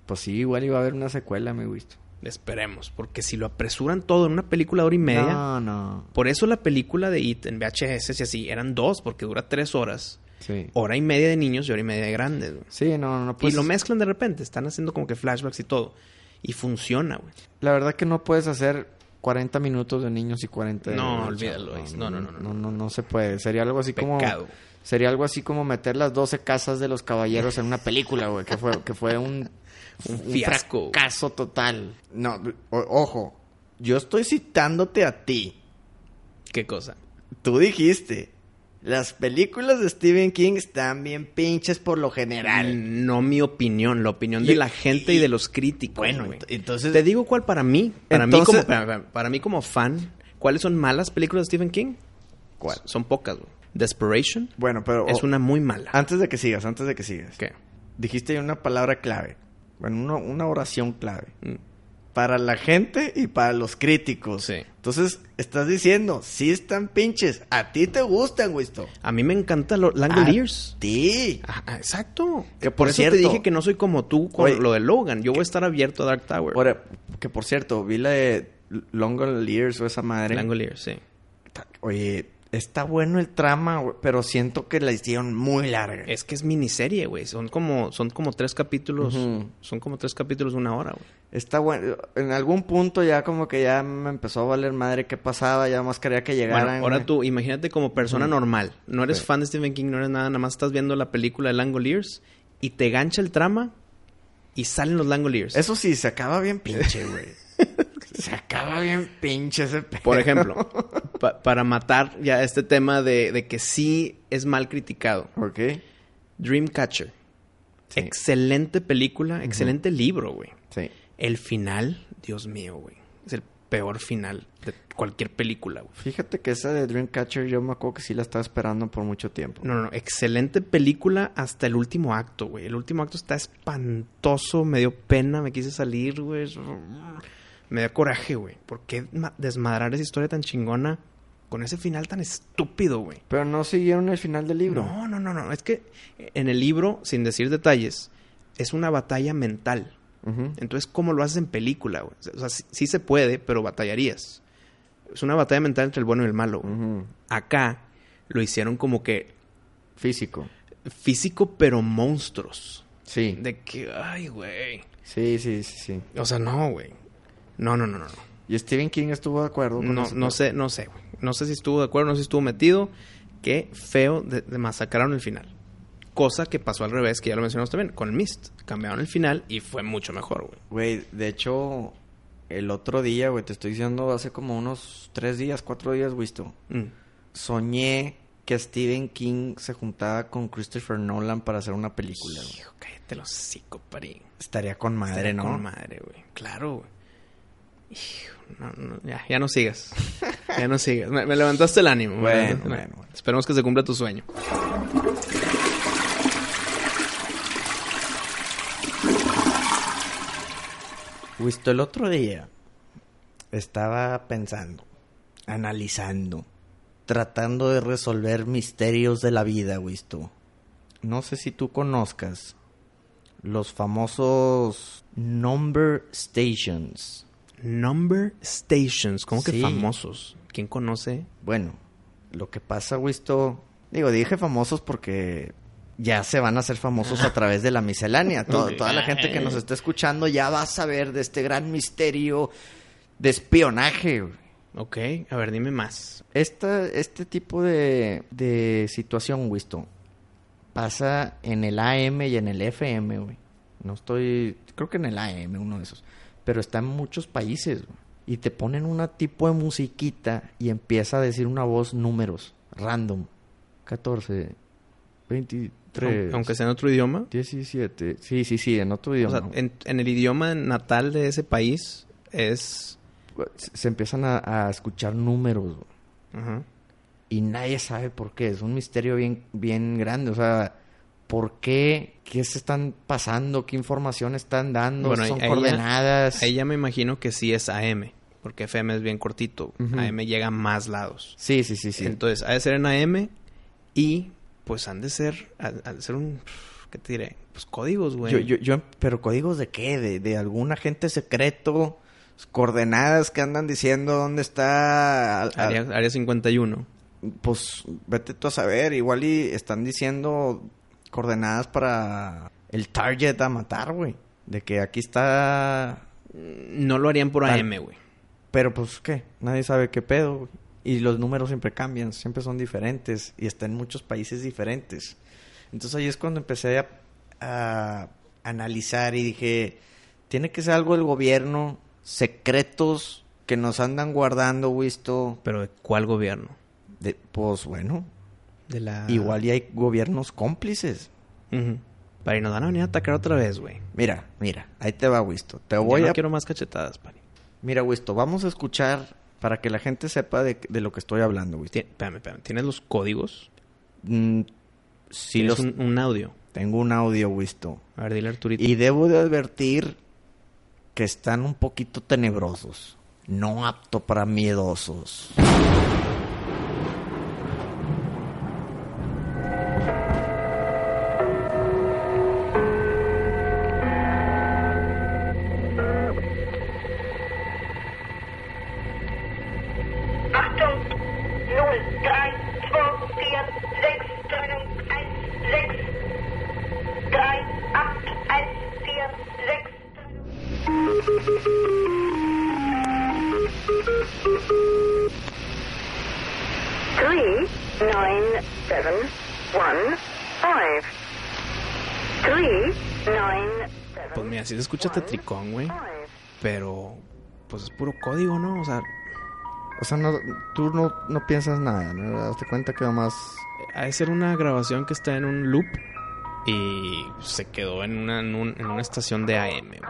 S2: Pues sí, igual iba a haber una secuela, me gusta.
S1: Esperemos, porque si lo apresuran todo en una película de hora y media,
S2: No, no.
S1: por eso la película de It en VHS y así eran dos, porque dura tres horas,
S2: Sí.
S1: hora y media de niños y hora y media de grandes. güey.
S2: Sí, no, pues no
S1: y
S2: puedes.
S1: lo mezclan de repente, están haciendo como que flashbacks y todo. Y funciona, güey.
S2: La verdad que no puedes hacer 40 minutos de niños y 40 de
S1: No,
S2: chavos.
S1: olvídalo, Luis. No, no, no, no,
S2: No, no, no se puede. Sería algo así como
S1: Pecado.
S2: sería algo así como meter las 12 casas de los caballeros en una película, güey, que fue que fue un
S1: Un fiasco, güey.
S2: fracaso total. No, o- ojo. Yo estoy citándote a ti.
S1: ¿Qué cosa?
S2: Tú dijiste, las películas de Stephen King están bien pinches por lo general.
S1: No mi opinión, la opinión de
S2: Y-
S1: la gente y,
S2: y-
S1: de los críticos.
S2: Bueno,
S1: güey.
S2: ent- entonces
S1: te digo cuál para mí, para mí como
S2: Entonces-
S1: para, para- para mí como fan, ¿cuáles son malas películas de Stephen King?
S2: ¿Cuál?
S1: Son pocas. güey. Desperation
S2: Bueno, pero
S1: es
S2: o-
S1: una muy mala.
S2: antes de que sigas, antes de que sigas.
S1: ¿Qué?
S2: Dijiste una palabra clave. Bueno, una, una oración clave.
S1: Mm.
S2: para la gente y para los críticos.
S1: Sí.
S2: Entonces, estás diciendo, sí están pinches, a ti te gustan, Wisto.
S1: A mí me encanta lo- Langoliers.
S2: A ti.
S1: Ah, ah, exacto.
S2: Ah. Que
S1: por
S2: por
S1: eso
S2: cierto-
S1: te dije que no soy como tú con
S2: Oye,
S1: lo de Logan. Yo voy a estar abierto a Dark Tower.
S2: Ahora, que por cierto, vi la de Longoliers o esa madre.
S1: Langoliers, sí.
S2: Ta- Oye, está bueno el trama, güey, pero siento que la hicieron muy larga.
S1: Es que es miniserie, güey. Son como, son como tres capítulos.
S2: Ujú.
S1: Son como tres capítulos de una hora, güey.
S2: Está bueno. En algún punto ya como que ya me empezó a valer madre qué pasaba, ya más quería que llegaran.
S1: Bueno, ahora
S2: güey.
S1: tú, imagínate como persona normal. No eres
S2: Sí.
S1: fan de Stephen King, no eres nada. Nada más estás viendo la película de Langoliers y te gancha el trama y salen los Langoliers.
S2: Eso sí, se acaba bien pinche, güey. se acaba bien pinche ese pedo.
S1: Por ejemplo, pa- para matar ya este tema de, de que sí es mal criticado.
S2: Ok.
S1: Dreamcatcher.
S2: Sí.
S1: Excelente película, excelente libro, güey.
S2: Sí.
S1: El final, Dios mío, güey. Es el peor final de cualquier película, güey.
S2: Fíjate que esa de Dreamcatcher yo me acuerdo que sí la estaba esperando por mucho tiempo.
S1: No, no, no. Excelente película hasta el último acto, güey. El último acto está espantoso. Me dio pena, me quise salir, güey. Es- Me dio coraje, güey. ¿Por qué ma- desmadrar esa historia tan chingona con ese final tan estúpido, güey?
S2: Pero no siguieron el final del libro.
S1: No, no, no, no. Es que en el libro, sin decir detalles, es una batalla mental.
S2: Ujú.
S1: Entonces, ¿cómo lo haces en película? güey? O sea, sí, sí se puede, pero batallarías. Es una batalla mental entre el bueno y el malo. güey.
S2: Ujú.
S1: Acá lo hicieron como que
S2: Físico.
S1: físico, pero monstruos.
S2: Sí.
S1: De que, ay, güey.
S2: Sí, sí, sí, sí.
S1: O sea, no, güey. No, no, no, no. no.
S2: Y Stephen King estuvo de acuerdo con
S1: No,
S2: ese
S1: no
S2: pedo?
S1: sé, no sé, güey. No sé si estuvo de acuerdo, no sé si estuvo metido. Qué feo, de, de masacraron el final. Cosa que pasó al revés, que ya lo mencionamos también, con Mist. Cambiaron el final y fue mucho mejor, güey.
S2: Güey, de hecho, el otro día, güey, te estoy diciendo hace como unos tres días, cuatro días, güey, esto,
S1: Mm.
S2: soñé que Stephen King se juntaba con Christopher Nolan para hacer una película, güey.
S1: Hijo, cállate los cinco, parín.
S2: Estaría con
S1: Madre,
S2: madre, ¿no?
S1: no. Madre, güey. Claro, güey. Hijo, no, no, ya, ya no sigas. Ya no sigas. Me, me levantaste el ánimo. me
S2: Bueno,
S1: levantaste el
S2: bueno,
S1: ánimo.
S2: bueno.
S1: Esperemos que se cumpla tu sueño.
S2: Güey, esto, el otro día estaba pensando, analizando, tratando de resolver misterios de la vida, güey, esto. No sé si tú conozcas los famosos number stations.
S1: Number Stations. ¿Cómo que
S2: Sí.
S1: famosos? ¿Quién conoce?
S2: Bueno, lo que pasa, Wisto, digo, dije famosos porque ya se van a hacer famosos a través de la miscelánea. To-
S1: Ok.
S2: toda la gente que nos está escuchando ya va a saber de este gran misterio de espionaje. güey.
S1: Ok, a ver, dime más.
S2: Esta, este tipo de, de situación, Wisto, pasa en el AM y en el FM, güey. No estoy, creo que en el AM, uno de esos. Pero está en muchos países, güey. Y te ponen una tipo de musiquita y empieza a decir una voz números, random. 14, 23,
S1: Aunque sea en otro idioma.
S2: 17. Sí, sí, sí, en otro
S1: O
S2: idioma.
S1: sea, en, en el idioma natal de ese país es...
S2: güey. Se se empiezan a, a escuchar números, güey.
S1: Ajá.
S2: y nadie sabe por qué. Es un misterio bien, bien grande. O sea, ¿por qué? ¿Qué se están pasando? ¿Qué información están dando?
S1: Bueno,
S2: ¿Son
S1: ahí- ahí ya-
S2: coordenadas?
S1: Ahí ya me imagino que sí es AM, porque FM es bien cortito.
S2: Ujú.
S1: AM llega a más lados.
S2: Sí, sí, sí, sí.
S1: Entonces, ha de ser en AM y pues han de ser, ha, ha de ser un, ¿qué te diré? Pues códigos, güey.
S2: yo, yo, yo- pero códigos de qué? De, de algún agente secreto, coordenadas que andan diciendo dónde está. al- al-
S1: Área, área 51.
S2: pues vete tú a saber, igual y están diciendo coordenadas para el target a matar, güey. De que aquí está
S1: No lo harían por
S2: Tal-
S1: AM, güey.
S2: Pero pues qué, nadie sabe qué pedo. güey. Y los números siempre cambian, siempre son diferentes y está en muchos países diferentes. Entonces ahí es cuando empecé a, a analizar y dije, tiene que ser algo del gobierno, secretos que nos andan guardando, Wisto.
S1: Pero ¿de cuál gobierno?
S2: De, pues bueno,
S1: De la...
S2: igual y hay gobiernos cómplices.
S1: Ujú. Para y nos van a venir a atacar otra vez, güey.
S2: Mira, mira, ahí te va, Wisto. Te
S1: Yo
S2: voy
S1: no
S2: a...
S1: quiero más cachetadas, Pani.
S2: Mira, Wisto, vamos a escuchar para que la gente sepa de, de lo que estoy hablando, Wisto.
S1: Ti- Espérame, espérame. ¿Tienes los códigos?
S2: Mm, si
S1: ¿Tienes
S2: los
S1: un, un audio.
S2: Tengo un audio, Wisto.
S1: A ver, dile a Arturito.
S2: Y debo de advertir que están un poquito tenebrosos. No apto para miedosos.
S3: Achtung! 0, 3, 2, 4, 6, Trennung 1, 6. 3, 8, 1, 4, 6, Trennung.
S4: Three, nine, seven, one, five. Three, nine, seven,
S1: Pues mira, si se escucha
S4: one,
S1: Tetricón, güey.
S4: five.
S1: Pero, pues es puro código, ¿no? O sea,
S2: O sea, no, tú no, no piensas nada, ¿no? Daste cuenta que nomás...
S1: ha de ser una grabación que está en un loop y se quedó en una, en un- en una estación de AM, güey.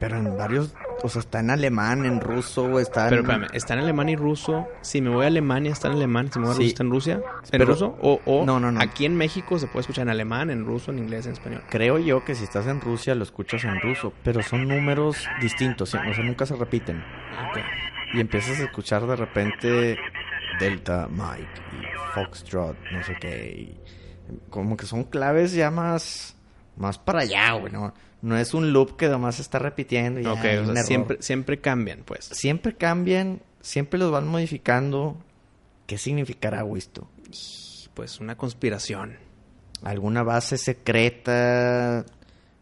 S2: Pero en varios... O sea, está en alemán, en ruso, güey, está
S1: Pero
S2: en...
S1: espérame, está en alemán y ruso. Si me voy a Alemania, está en alemán. Si me voy a Rusia,
S2: Sí.
S1: está en Rusia. ¿En
S2: Pero-
S1: ruso? O, o
S2: No, no, no.
S1: aquí en México se puede escuchar en alemán, en ruso, en inglés, en español.
S2: Creo yo que si estás en Rusia lo escuchas en ruso, pero son números distintos, ¿sí? o sea, nunca se repiten.
S1: Ok.
S2: Y empiezas a escuchar de repente Delta, Mike y Foxtrot, no sé qué. y como que son claves ya más, más para allá, güey. No, No es un loop que nomás se está repitiendo. Y ya
S1: Ok,
S2: hay
S1: o
S2: un
S1: sea,
S2: error.
S1: siempre, siempre cambian, pues.
S2: siempre cambian, siempre los van modificando. ¿Qué significará, güey, esto?
S1: Pues una conspiración.
S2: alguna base secreta,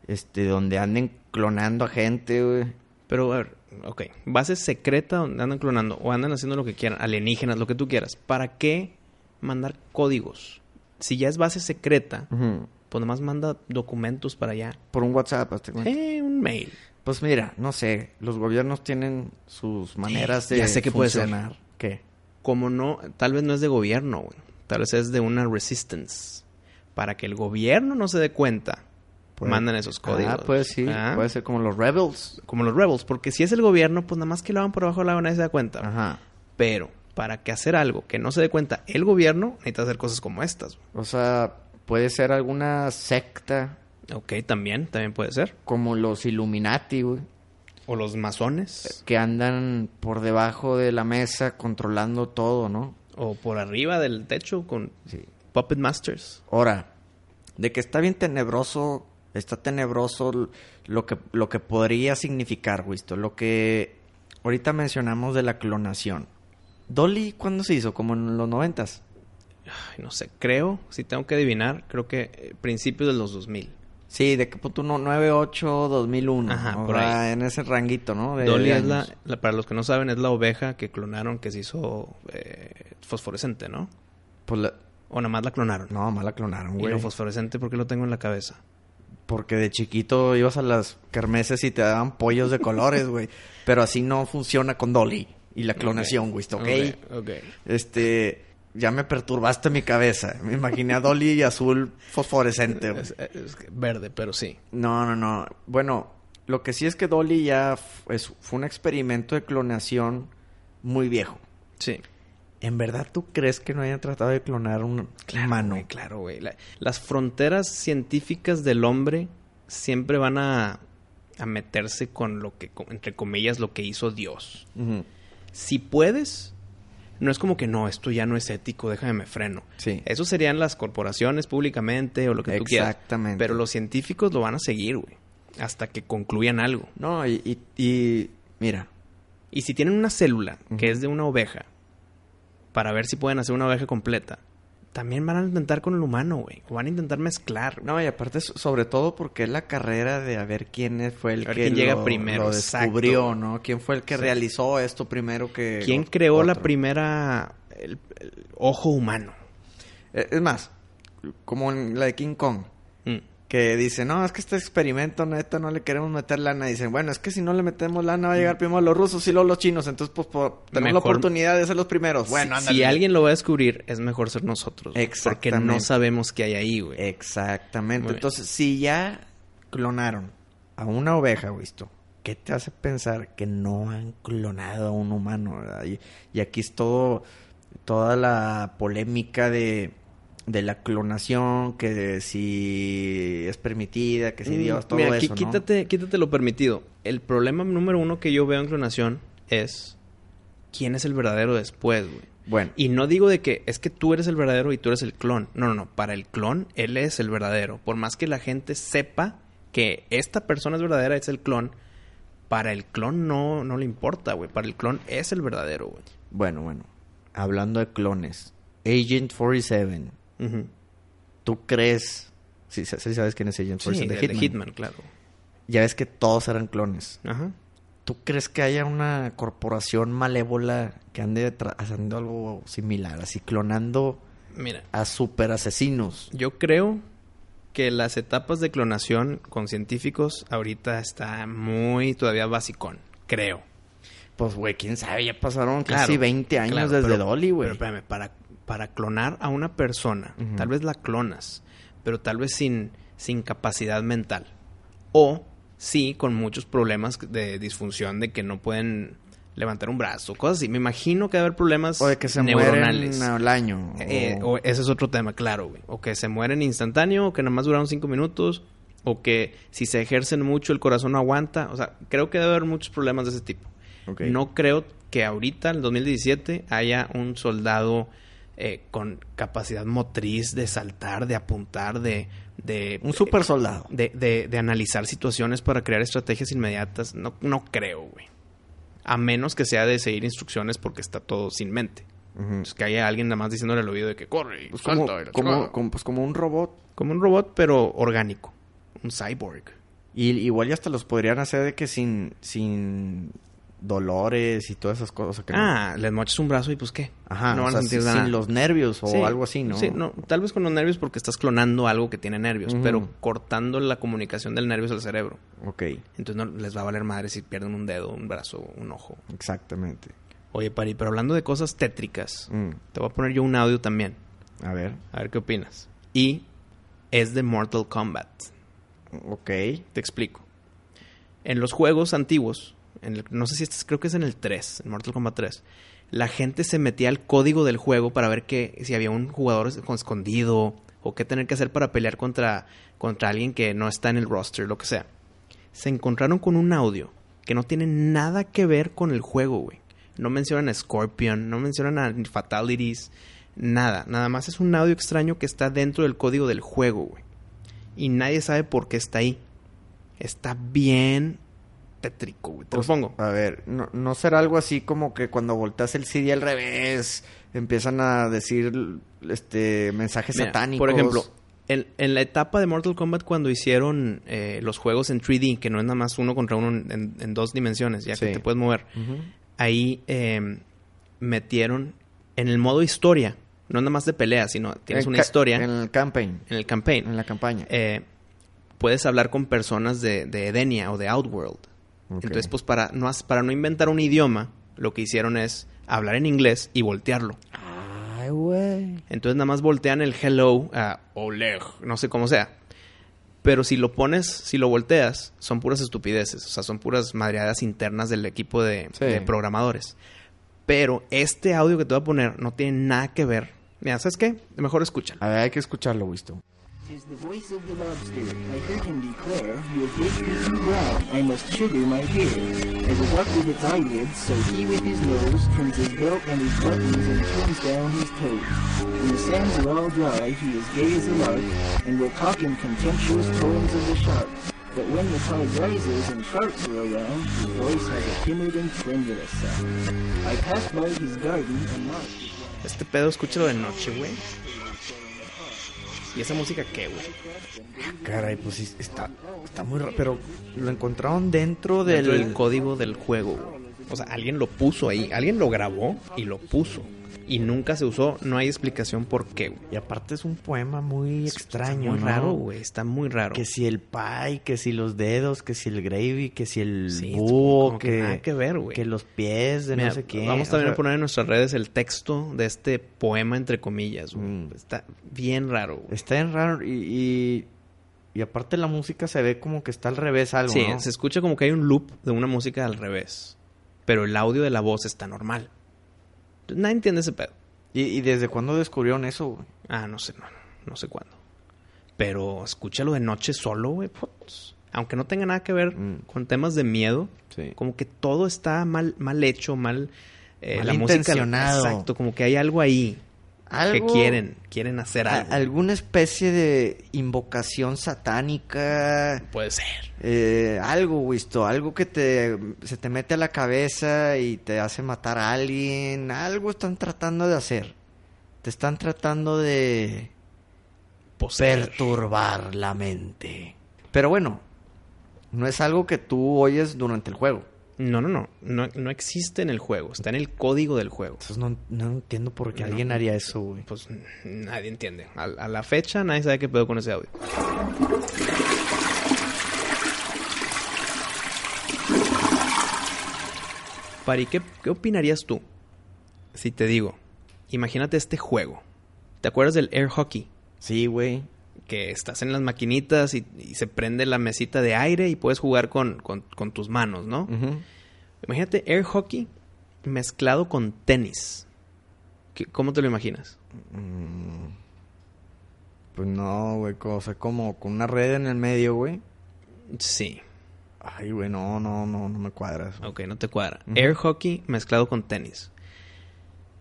S2: este, donde anden clonando a gente, güey.
S1: Pero, a ver, ok. Base secreta donde andan clonando o andan haciendo lo que quieran, alienígenas, lo que tú quieras. ¿Para qué mandar códigos? Si ya es base secreta, pues nomás manda documentos para allá.
S2: Por un WhatsApp, hazte cuenta.
S1: Eh, un mail.
S2: Pues mira, no sé, los gobiernos tienen sus maneras de
S1: Ya sé qué puede ser.
S2: funcionar. ¿Qué?
S1: Como no, tal vez no es de gobierno, güey. Tal vez es de una resistance. Para que el gobierno no se dé cuenta,
S2: Puede-
S1: mandan esos códigos.
S2: Ah, pues sí,
S1: Ah,
S2: puede ser como los Rebels.
S1: Como los rebels, porque si es el gobierno, pues nada más que lo hagan por abajo de la lava, nadie se da cuenta.
S2: Ajá.
S1: Pero para que hacer algo que no se dé cuenta el gobierno, necesita hacer cosas como estas. güey.
S2: O sea, puede ser alguna secta
S1: Ok, también, también puede ser.
S2: como los Illuminati, güey,
S1: O los masones.
S2: que andan por debajo de la mesa controlando todo, ¿no?
S1: O por arriba del techo con
S2: Sí.
S1: Puppet Masters.
S2: Ahora, de que está bien tenebroso, está tenebroso l- lo que, lo que podría significar, Wisto. Lo que ahorita mencionamos de la clonación. Dolly, ¿cuándo se hizo? Como en los noventas.
S1: Ay, no sé, creo, si tengo que adivinar, creo que eh, principios de los 2000.
S2: Sí, de qué punto uno, 98, 2001.
S1: Ajá,
S2: ¿no?
S1: por
S2: Ah,
S1: ahí.
S2: En ese ranguito, ¿no? De-
S1: Dolly
S2: de
S1: es la,
S2: años.
S1: la- para los que no saben, es la oveja que clonaron que se hizo eh, fosforescente, ¿no?
S2: Pues la-
S1: O nada más la clonaron.
S2: No, más la clonaron,
S1: y
S2: güey.
S1: lo fosforescente, porque lo tengo en la cabeza?
S2: Porque de chiquito ibas a las kermeses y te daban pollos de colores, güey. Pero así no funciona con Dolly y la clonación, güey. ¿ok?
S1: Ok, ok.
S2: Este, ya me perturbaste mi cabeza. Me imaginé a Dolly y azul fosforescente. güey.
S1: Es- es que verde, pero sí.
S2: No, no, no. Bueno, lo que sí es que Dolly ya f- es- fue un experimento de clonación muy viejo.
S1: Sí.
S2: ¿En verdad tú crees que no hayan tratado de clonar un humano?
S1: Güey, claro, güey. La- las fronteras científicas del hombre siempre van a, a meterse con lo que, co- entre comillas, lo que hizo Dios.
S2: Ujú.
S1: Si puedes, no es como que no, esto ya no es ético, déjame me freno.
S2: Sí.
S1: Eso serían las corporaciones públicamente o lo que tú quieras.
S2: Exactamente.
S1: Pero los científicos lo van a seguir, güey. Hasta que concluyan algo.
S2: No, y, y- y mira,
S1: Y si tienen una célula
S2: Ujú.
S1: que es de una oveja, para ver si pueden hacer una oveja completa, también van a intentar con el humano, güey. O van a intentar mezclar. güey.
S2: No, y aparte, so- sobre todo porque es la carrera de a ver quién fue el
S1: A ver
S2: que
S1: quién llega
S2: lo-
S1: primero,
S2: lo
S1: exacto.
S2: descubrió, ¿no? ¿Quién fue el que
S1: Sí.
S2: realizó esto primero que...
S1: ¿Quién
S2: Eh, ot-
S1: creó la
S2: otro?
S1: primera. El, el ojo humano?
S2: Eh, Es más, como en la de King Kong,
S1: Mm.
S2: que dice, no, es que este experimento, neta, no le queremos meter lana. Dicen, bueno, es que si no le metemos lana va a llegar primero los rusos y luego los chinos. Entonces, pues, por- tenemos la
S1: Mejor-
S2: oportunidad de ser los primeros. Bueno,
S1: si,
S2: ándale.
S1: si alguien lo va a descubrir, es mejor ser nosotros. güey, Porque no
S2: Exactamente. Eh,
S1: sabemos qué hay ahí, güey. Muy
S2: Exactamente.
S1: bien.
S2: Entonces, si ya clonaron a una oveja, visto, ¿qué te hace pensar que no han clonado a un humano? verdad? Y, y aquí es todo, toda la polémica de de la clonación, que si es permitida, que si Dios, todo
S1: Mm, Mira, qui-
S2: eso, ¿no?
S1: quítate, quítate lo permitido. El problema número uno que yo veo en clonación es quién es el verdadero después, güey.
S2: Bueno,
S1: Y no digo de que es que tú eres el verdadero y tú eres el clon. No, no, no. Para el clon, él es el verdadero. Por más que la gente sepa que esta persona es verdadera, es el clon. Para el clon no, no le importa, güey. Para el clon es el verdadero, güey.
S2: bueno, bueno. Hablando de clones, Agent 47,
S1: Ujú.
S2: ¿tú crees? Sí, sa- sí sabes quién es Agent
S1: Sí,
S2: 47
S1: el
S2: de Hitman.
S1: claro.
S2: Ya ves que todos eran clones.
S1: Ajá.
S2: ¿Tú crees que haya una corporación malévola que ande tra- haciendo algo similar, así clonando
S1: Mira,
S2: a super asesinos?
S1: Yo creo que las etapas de clonación con científicos ahorita está muy todavía basicón, creo.
S2: Pues, güey, quién sabe, ya pasaron
S1: Claro,
S2: casi 20 años
S1: claro,
S2: desde
S1: pero-
S2: Dolly, güey.
S1: Pero espérame, para, para clonar a una persona,
S2: Ujú.
S1: tal vez la clonas, pero tal vez sin, sin capacidad mental. O sí, con muchos problemas de disfunción, de que no pueden levantar un brazo, cosas así. Me imagino que debe haber problemas
S2: O de que se
S1: neuronales.
S2: mueren al año.
S1: Eh, o ese es otro tema, claro, güey. O que se mueren instantáneo, o que nada más duraron cinco minutos, o que si se ejercen mucho el corazón no aguanta. O sea, creo que debe haber muchos problemas de ese tipo.
S2: Ok.
S1: No creo que ahorita, en el 2017, haya un soldado eh, con capacidad motriz de saltar, de apuntar, de... de
S2: Un super soldado.
S1: De, de- de analizar situaciones para crear estrategias inmediatas. No, no creo, güey. A menos que sea de seguir instrucciones porque está todo sin mente. Entonces, que haya alguien nada más diciéndole al oído de que corre, y
S2: Pues como,
S1: salta, y la
S2: como,
S1: chingada.
S2: como- pues como un robot.
S1: Como un robot, pero orgánico. Un cyborg.
S2: Y igual ya hasta los podrían hacer de que sin, sin dolores y todas esas cosas. Que no-
S1: Ah, les mochas un brazo y pues qué.
S2: Ajá,
S1: no
S2: o
S1: van
S2: sea,
S1: a sentir
S2: sin-
S1: nada.
S2: sin los nervios o
S1: Sí,
S2: algo así, ¿no?
S1: Sí, no, tal vez con los nervios porque estás clonando algo que tiene nervios,
S2: Ujú.
S1: pero cortando la comunicación del nervios al cerebro.
S2: Ok,
S1: Entonces no les va a valer madre si pierden un dedo, un brazo, un ojo.
S2: exactamente.
S1: Oye, Pari, pero hablando de cosas tétricas,
S2: Mm,
S1: te voy a poner yo un audio también.
S2: a ver,
S1: A ver qué opinas. Y es de Mortal Kombat.
S2: ok.
S1: Te explico. En los juegos antiguos, en el- no sé si este es- creo que es en el 3, en Mortal Kombat 3, la gente se metía al código del juego para ver que, si había un jugador es- escondido o qué tener que hacer para pelear contra, contra alguien que no está en el roster, lo que sea. Se encontraron con un audio que no tiene nada que ver con el juego, güey. No mencionan a Scorpion, no mencionan a Fatalities, nada. Nada más es un audio extraño que está dentro del código del juego, güey. Y nadie sabe por qué está ahí. Está bien tétrico, güey. Te lo
S2: Pues,
S1: pongo.
S2: A ver, no, no será algo así como que cuando volteas el CD al revés empiezan a decir este mensajes
S1: Mira,
S2: satánicos.
S1: Por ejemplo, en, en la etapa de Mortal Kombat cuando hicieron eh, los juegos en 3D, que no es nada más uno contra uno en, en- en dos dimensiones, ya
S2: Sí.
S1: que te puedes mover,
S2: Ujú.
S1: ahí eh, metieron en el modo historia, no nada más de pelea, sino tienes
S2: En
S1: una
S2: ca-
S1: historia
S2: En
S1: en,
S2: el campaign.
S1: el campaign.
S2: En la campaña.
S1: eh, puedes hablar con personas de, de Edenia o de Outworld.
S2: Ok.
S1: Entonces, pues para no, hac- para no inventar un idioma, lo que hicieron es hablar en inglés y voltearlo.
S2: Ay, güey.
S1: Entonces nada más voltean el hello a Oleg, no sé cómo sea. Pero si lo pones, si lo volteas, son puras estupideces. O sea, son puras madreadas internas del equipo de,
S2: Sí.
S1: de programadores. Pero este audio que te voy a poner no tiene nada que ver. Mira, ¿sabes qué? Mejor escúchalo.
S2: A ver, hay que escucharlo, Wisto.
S5: Tis the voice of the lobster. I heard him declare, with this beast growl, I must shiver my hair. As a duck with its eyelids, so he with his nose turns his belt and his buttons and turns down his toes. When the sands are all dry, he is gay as a lark, and will talk in contemptuous tones of the shark. But when the tide rises and sharks are around, his voice has a timid and tremulous sound. I passed by his garden and marked it.
S1: Este pedo escúchalo de noche, güey. ¿Y esa música qué, güey?
S2: Caray, pues sí, está, está muy raro. Pero lo encontraron dentro del.
S1: Dentro del código del juego, güey. O sea, alguien lo puso ahí. Alguien lo grabó y lo puso. Y nunca se usó. No hay explicación por qué, güey.
S2: Y aparte es un poema muy extraño,
S1: Está muy
S2: ¿no?
S1: raro, güey. Está muy raro.
S2: Que si el pie, que si los dedos, que si el gravy, que si el
S1: Sí, es
S2: búho,
S1: como que
S2: que,
S1: nada que ver, güey.
S2: que los pies de
S1: Mira,
S2: no sé qué.
S1: Vamos
S2: o
S1: también
S2: sea,
S1: a poner en nuestras redes el texto de este poema, entre comillas, güey.
S2: Mm.
S1: Está bien raro, güey.
S2: Está en raro y, y, y aparte la música se ve como que está al revés algo,
S1: Sí,
S2: ¿no?
S1: se escucha como que hay un loop de una música al revés. Pero el audio de la voz está normal. Nadie entiende ese pedo.
S2: ¿Y, y desde cuándo descubrieron eso, güey?
S1: Ah, no sé, no, no sé cuándo. Pero escúchalo de noche solo, güey. putz. Aunque no tenga nada que ver
S2: Mm.
S1: con temas de miedo,
S2: Sí.
S1: como que todo está mal, mal hecho, mal. eh, la música.
S2: Malintencionado.
S1: Exacto, como que hay algo ahí que
S2: Algo-
S1: quieren, quieren hacer
S2: A-
S1: algo.
S2: alguna especie de invocación satánica.
S1: Puede ser.
S2: eh, algo, Wisto, algo que te, se te mete a la cabeza y te hace matar a alguien. Algo están tratando de hacer. Te están tratando de
S1: Poseer.
S2: perturbar la mente. Pero bueno, no es algo que tú oyes durante el juego.
S1: No, no, no, no. No existe en el juego. Está en el código del juego.
S2: Entonces no, no entiendo por qué
S1: No.
S2: alguien haría eso, güey.
S1: Pues n- nadie entiende. A, a la fecha nadie sabe qué pedo con ese audio. Pari, ¿qué, ¿qué opinarías tú si te digo, imagínate este juego? ¿Te acuerdas del air hockey?
S2: Sí, güey.
S1: Que estás en las maquinitas y, y se prende la mesita de aire y puedes jugar con, con- con tus manos, ¿no?
S2: Ujú.
S1: Imagínate air hockey mezclado con tenis. ¿Qué- ¿Cómo te lo imaginas?
S2: Mm. Pues no, güey, co- o sea, como con una red en el medio, güey.
S1: Sí.
S2: Ay, güey, no, no, no, no me cuadra eso.
S1: Ok, no te cuadra.
S2: Ujú.
S1: Air hockey mezclado con tenis.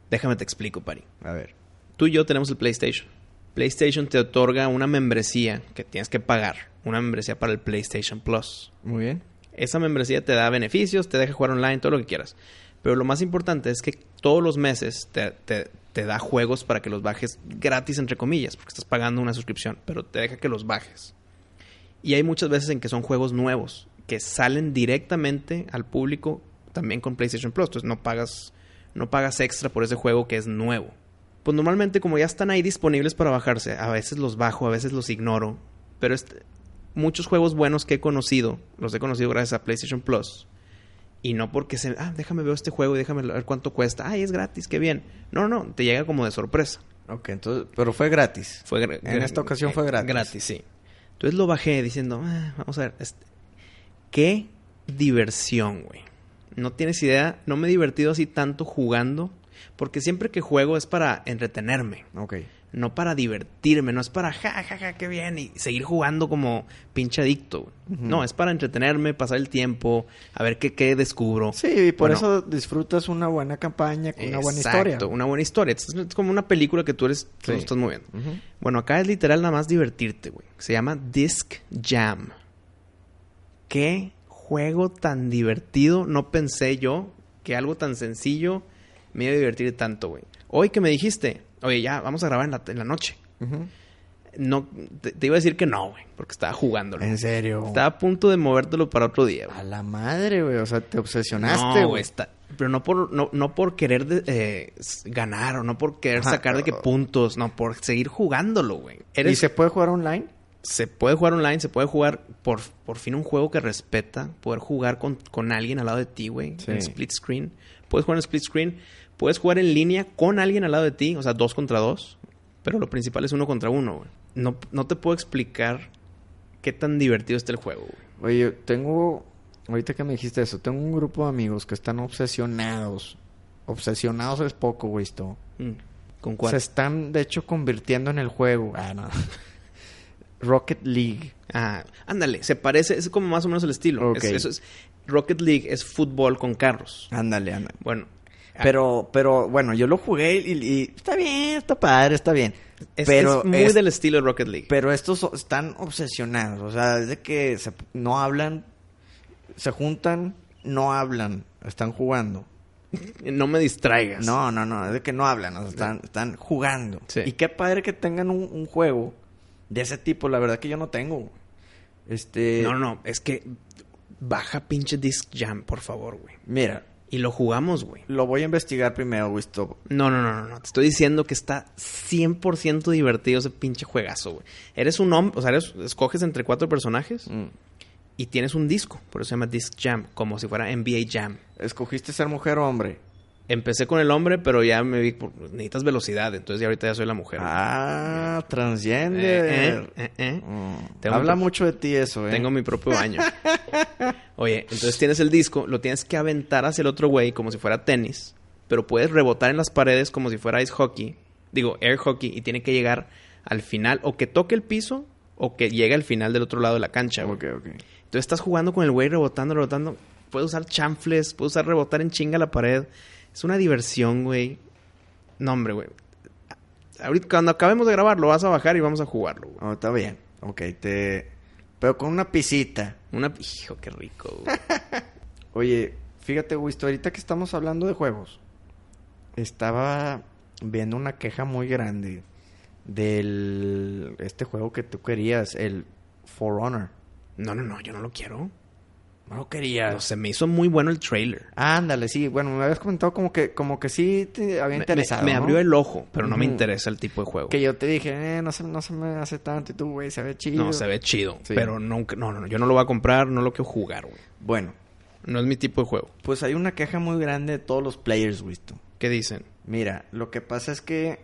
S1: Déjame te explico, Pari.
S2: A ver.
S1: Tú y yo tenemos el PlayStation. PlayStation te otorga una membresía que tienes que pagar. Una membresía para el PlayStation Plus.
S2: Muy bien.
S1: Esa membresía te da beneficios, te deja jugar online, todo lo que quieras. Pero lo más importante es que todos los meses te, te- te da juegos para que los bajes gratis, entre comillas, porque estás pagando una suscripción, pero te deja que los bajes. Y hay muchas veces en que son juegos nuevos, que salen directamente al público también con PlayStation Plus. Entonces no pagas, no pagas extra por ese juego que es nuevo. Pues normalmente como ya están ahí disponibles para bajarse, a veces los bajo, a veces los ignoro. Pero este- muchos juegos buenos que he conocido, los he conocido gracias a PlayStation Plus. Y no porque se... Ah, déjame ver este juego y déjame ver cuánto cuesta. Ay, es gratis, qué bien. No, no, te llega como de sorpresa.
S2: Ok, entonces, pero fue gratis.
S1: Fue gra- eh,
S2: En esta ocasión fue gratis.
S1: Gratis, sí. Entonces lo bajé diciendo, "Ah, vamos a ver, este- qué diversión, güey. No tienes idea, no me he divertido así tanto jugando, porque siempre que juego es para entretenerme,
S2: Ok.
S1: no para divertirme, no es para ja, ja, ja, qué bien, y seguir jugando como pinche adicto. güey.
S2: Ujú.
S1: No, es para entretenerme, pasar el tiempo, a ver qué, qué descubro.
S2: Sí, y por
S1: Bueno,
S2: eso disfrutas una buena campaña, con una buena historia.
S1: Exacto, una buena historia. Es es como una película que tú eres, tú
S2: Sí.
S1: estás moviendo.
S2: Ujú.
S1: Bueno, acá es literal nada más divertirte, güey. Se llama Disc Jam. Qué juego tan divertido. No pensé yo que algo tan sencillo me iba a divertir tanto, güey. Hoy que me dijiste, oye, ya, vamos a grabar en la, en la noche.
S2: Ujú.
S1: No, te, te iba a decir que no, güey, porque estaba jugándolo.
S2: En serio.
S1: Estaba a punto de movértelo para otro día, güey.
S2: A la madre, güey. O sea, te obsesionaste,
S1: No,
S2: güey.
S1: está- Pero no por, no, no por querer de- eh, s- ganar o no por querer
S2: Ajá.
S1: sacar de qué puntos, no, por seguir jugándolo, güey.
S2: ¿Y se puede jugar online?
S1: se puede jugar online, se puede jugar por, por fin un juego que respeta, poder jugar con, con alguien al lado de ti, güey,
S2: Sí.
S1: en split screen. Puedes jugar en split screen, puedes jugar en línea con alguien al lado de ti, o sea, dos contra dos, pero lo principal es uno contra uno, güey. No, no te puedo explicar qué tan divertido está el juego, güey.
S2: Oye, yo tengo. Ahorita que me dijiste eso, tengo un grupo de amigos que están obsesionados. Obsesionados es poco, güey, esto.
S1: Mm. ¿Con cuál?
S2: Se están, de hecho, convirtiendo en el juego. Ah, no. Rocket League.
S1: Ah, ándale, se parece, es como más o menos el estilo.
S2: Ok.
S1: Es- eso es, Rocket League es fútbol con carros.
S2: Ándale, ándale.
S1: Bueno,
S2: Pero, pero, bueno, yo lo jugué y, y- está bien, está padre, está bien.
S1: es,
S2: pero
S1: es muy
S2: es-
S1: del estilo de Rocket League.
S2: Pero estos so- están obsesionados, o sea, es de que se- no hablan, se juntan, no hablan, están jugando.
S1: No me distraigas.
S2: No, no, no, es de que no hablan, o sea, están, están jugando.
S1: Sí.
S2: Y qué padre que tengan un, un juego de ese tipo, la verdad que yo no tengo. Este,
S1: No, no, es que baja pinche Disc Jam, por favor, güey.
S2: mira,
S1: Y lo jugamos, güey.
S2: lo voy a investigar primero, Wisto.
S1: No, no, no, no, no. Te estoy diciendo que está 100% divertido ese pinche juegazo, güey. Eres un hombre, o sea, eres- escoges entre cuatro personajes
S2: Mm.
S1: y tienes un disco. Por eso se llama Disc Jam, como si fuera NBA Jam.
S2: ¿Escogiste ser mujer o hombre?
S1: Empecé con el hombre, pero ya me vi, por- necesitas velocidad, entonces ya ahorita ya soy la mujer. güey.
S2: Ah, transgender.
S1: Eh, eh, eh, eh.
S2: Mm.
S1: Tengo
S2: Habla
S1: mi-
S2: mucho de ti eso, eh.
S1: Tengo mi propio baño. Oye, entonces tienes el disco, lo tienes que aventar hacia el otro güey como si fuera tenis, pero puedes rebotar en las paredes como si fuera ice hockey, digo air hockey, y tiene que llegar al final, o que toque el piso, o que llegue al final del otro lado de la cancha. güey.
S2: Ok, ok.
S1: Entonces estás jugando con el güey rebotando, rebotando. Puedes usar chanfles, puedes usar rebotar en chinga la pared. Es una diversión, güey. No, hombre, güey. Ahorita, cuando acabemos de grabar, lo vas a bajar y vamos a jugarlo, güey.
S2: Oh, está bien. Ok, te... Pero con una pisita.
S1: Una... Hijo, qué rico, güey.
S2: Oye, fíjate, Wisto, ahorita que estamos hablando de juegos, estaba viendo una queja muy grande del este juego que tú querías, el For Honor.
S1: No, no, no, yo no lo quiero.
S2: No lo querías.
S1: No, se me hizo muy bueno el trailer.
S2: Ándale, sí, bueno, me habías comentado como que, como que sí te había
S1: Me- me-
S2: interesado.
S1: Me,
S2: ¿no?
S1: abrió el ojo, pero no me
S2: Ujú.
S1: interesa el tipo de juego.
S2: que yo te dije, eh, no se, no se me hace tanto y tú, güey, se ve chido.
S1: No, se ve chido,
S2: Sí.
S1: pero nunca, no, no, no, yo no lo voy a comprar, no lo quiero jugar, güey.
S2: Bueno,
S1: No es mi tipo de juego.
S2: pues hay una queja muy grande de todos los players, Wisto.
S1: ¿Qué dicen?
S2: Mira, lo que pasa es que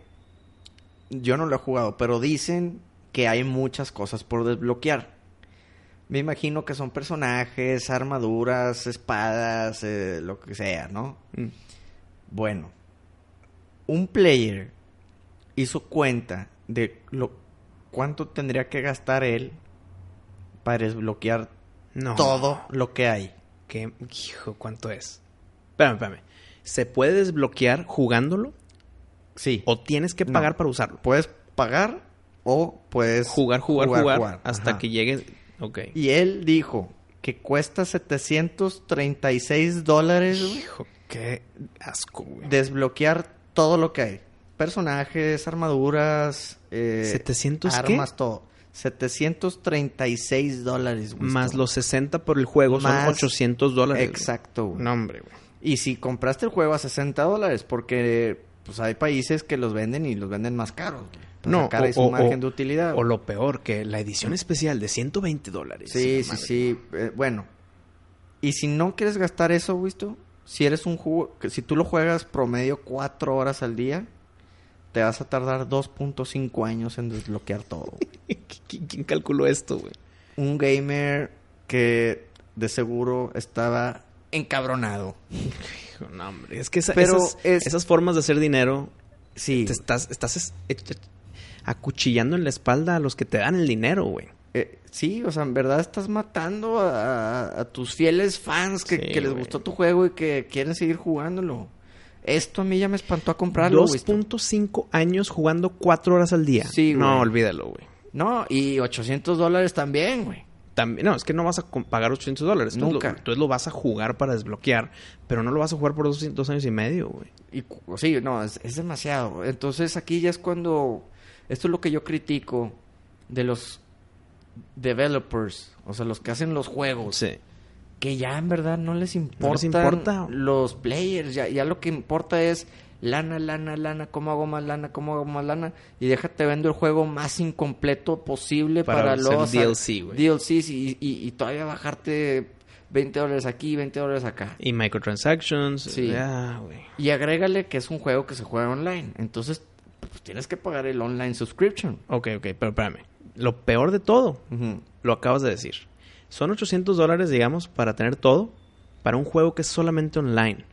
S2: yo no lo he jugado, pero dicen que hay muchas cosas por desbloquear. Me imagino que son personajes, armaduras, espadas, eh, lo que sea, ¿no?
S1: Mm.
S2: Bueno, un player hizo cuenta de lo cuánto tendría que gastar él para desbloquear
S1: No.
S2: todo lo que hay.
S1: ¿Qué? Hijo, ¿cuánto es? Espérame, espérame. ¿Se puede desbloquear jugándolo
S2: Sí.
S1: o tienes que
S2: No.
S1: pagar para usarlo?
S2: puedes pagar o puedes
S1: Jugar, jugar, jugar, hasta
S2: Ajá.
S1: que llegue. Ok.
S2: Y él dijo que cuesta 736 dólares güey,
S1: Hijo, qué asco, güey.
S2: desbloquear todo lo que hay. Personajes, armaduras, eh,
S1: 700 qué?
S2: armas, todo. 736 dólares, güey.
S1: Más los 60 por el juego
S2: Más-
S1: son 800 dólares. güey.
S2: Exacto, güey.
S1: No, hombre, güey.
S2: Y si compraste el juego a 60 dólares, porque pues hay países que los venden y los venden más caros. güey, para
S1: No,
S2: sacar
S1: o-
S2: ahí su
S1: o-
S2: margen
S1: o-
S2: de utilidad.
S1: O lo peor, que la edición especial de 120 dólares.
S2: Sí,
S1: La
S2: sí,
S1: madre.
S2: sí. eh, bueno. Y si no quieres gastar eso, ¿visto? Si eres un jugo, que si tú lo juegas promedio cuatro horas al día, te vas a tardar 2.5 años en desbloquear todo.
S1: ¿Qui- ¿Quién calculó esto, güey?
S2: un gamer que de seguro estaba encabronado.
S1: Hijo, No, hombre. Es que esa-
S2: Pero
S1: esas,
S2: es-
S1: esas formas de hacer dinero,
S2: Sí.
S1: te estás, estás es- ech- ech- acuchillando en la espalda a los que te dan el dinero, güey.
S2: eh, sí, o sea, en verdad estás matando a, a- a tus fieles fans que,
S1: Sí,
S2: que les
S1: güey.
S2: gustó tu juego y que quieren seguir jugándolo. Esto a mí ya me espantó a comprarlo. ¿visto?
S1: 2.5 años jugando 4 horas al día.
S2: Sí,
S1: No,
S2: güey.
S1: olvídalo, güey.
S2: No, y 800 dólares también, güey.
S1: También, no, es que no vas a com- pagar 800 dólares. Tú
S2: Nunca.
S1: Lo, entonces lo vas a jugar para desbloquear, pero no lo vas a jugar por dos, dos años y medio, güey.
S2: Y cu- sí, no, es, es demasiado. Entonces aquí ya es cuando... Esto es lo que yo critico de los developers, o sea, los que hacen los juegos,
S1: Sí.
S2: que ya en verdad no les importan
S1: importa.
S2: los players, ya, ya lo que importa es lana, lana, lana, cómo hago más lana, cómo hago más lana, y déjate vendo el juego más incompleto posible
S1: Para
S2: para,
S1: hacer
S2: los
S1: DLC, güey.
S2: DLCs y, y- y todavía bajarte 20 dólares aquí, 20 dólares acá.
S1: Y microtransactions.
S2: Sí.
S1: Ah, güey.
S2: Y agrégale que es un juego que se juega online. Entonces, pues tienes que pagar el online subscription.
S1: Ok, ok, pero espérame. Lo peor de todo, lo acabas de decir. Son 800 dólares, digamos, para tener todo, para un juego que es solamente online.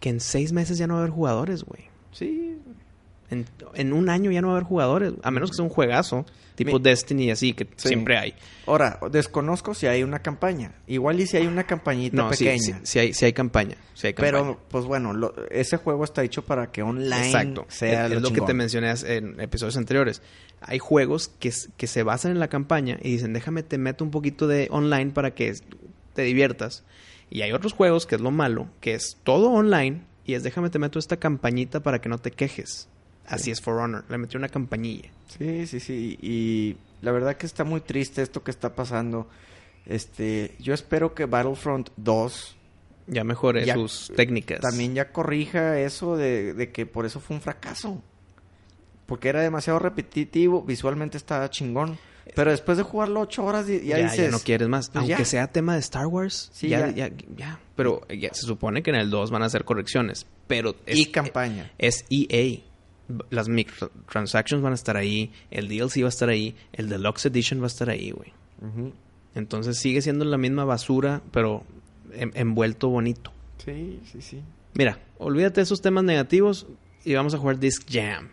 S1: Que en seis meses ya no va a haber jugadores, güey.
S2: Sí.
S1: En, en un año ya no va a haber jugadores, a menos que sea un juegazo, tipo
S2: Mi-
S1: Destiny y así, que
S2: Sí.
S1: siempre hay.
S2: Ahora, desconozco si hay una campaña. Igual y si hay una campañita
S1: No, sí,
S2: pequeña.
S1: sí, sí hay, sí hay campaña. sí hay
S2: pero,
S1: campaña.
S2: pues bueno, lo- ese juego está hecho para que online
S1: Exacto.
S2: sea
S1: es,
S2: lo,
S1: es lo que te
S2: chingón.
S1: mencioné hace- en episodios anteriores. Hay juegos que, s- que se basan en la campaña y dicen, déjame te meto un poquito de online para que es- te diviertas. Y hay otros juegos que es lo malo, que es todo online y es déjame te meto esta campañita para que no te quejes. Así es For Honor, le metió una campañilla.
S2: Sí, sí, sí. Y la verdad que está muy triste esto que está pasando. Este, yo espero que Battlefront 2
S1: Ya mejoré
S2: Ya-
S1: sus técnicas.
S2: también ya corrija eso de, de que por eso fue un fracaso. Porque era demasiado repetitivo, visualmente estaba chingón. Pero después de jugarlo ocho horas y- ya,
S1: ya, ya
S2: dices...
S1: no quieres más.
S2: pues
S1: Aunque
S2: ya.
S1: sea tema de Star Wars,
S2: Sí,
S1: ya,
S2: ya.
S1: ya, ya. Pero eh, ya, se supone que en el 2 van a hacer correcciones. Pero
S2: Y
S1: es-
S2: campaña.
S1: es EA. B- Las microtransactions van a estar ahí, el DLC va a estar ahí, el Deluxe Edition va a estar ahí, güey.
S2: Ujú.
S1: Entonces sigue siendo la misma basura, pero en- envuelto bonito.
S2: Sí, sí, sí.
S1: Mira, olvídate de esos temas negativos y vamos a jugar Disc Jam.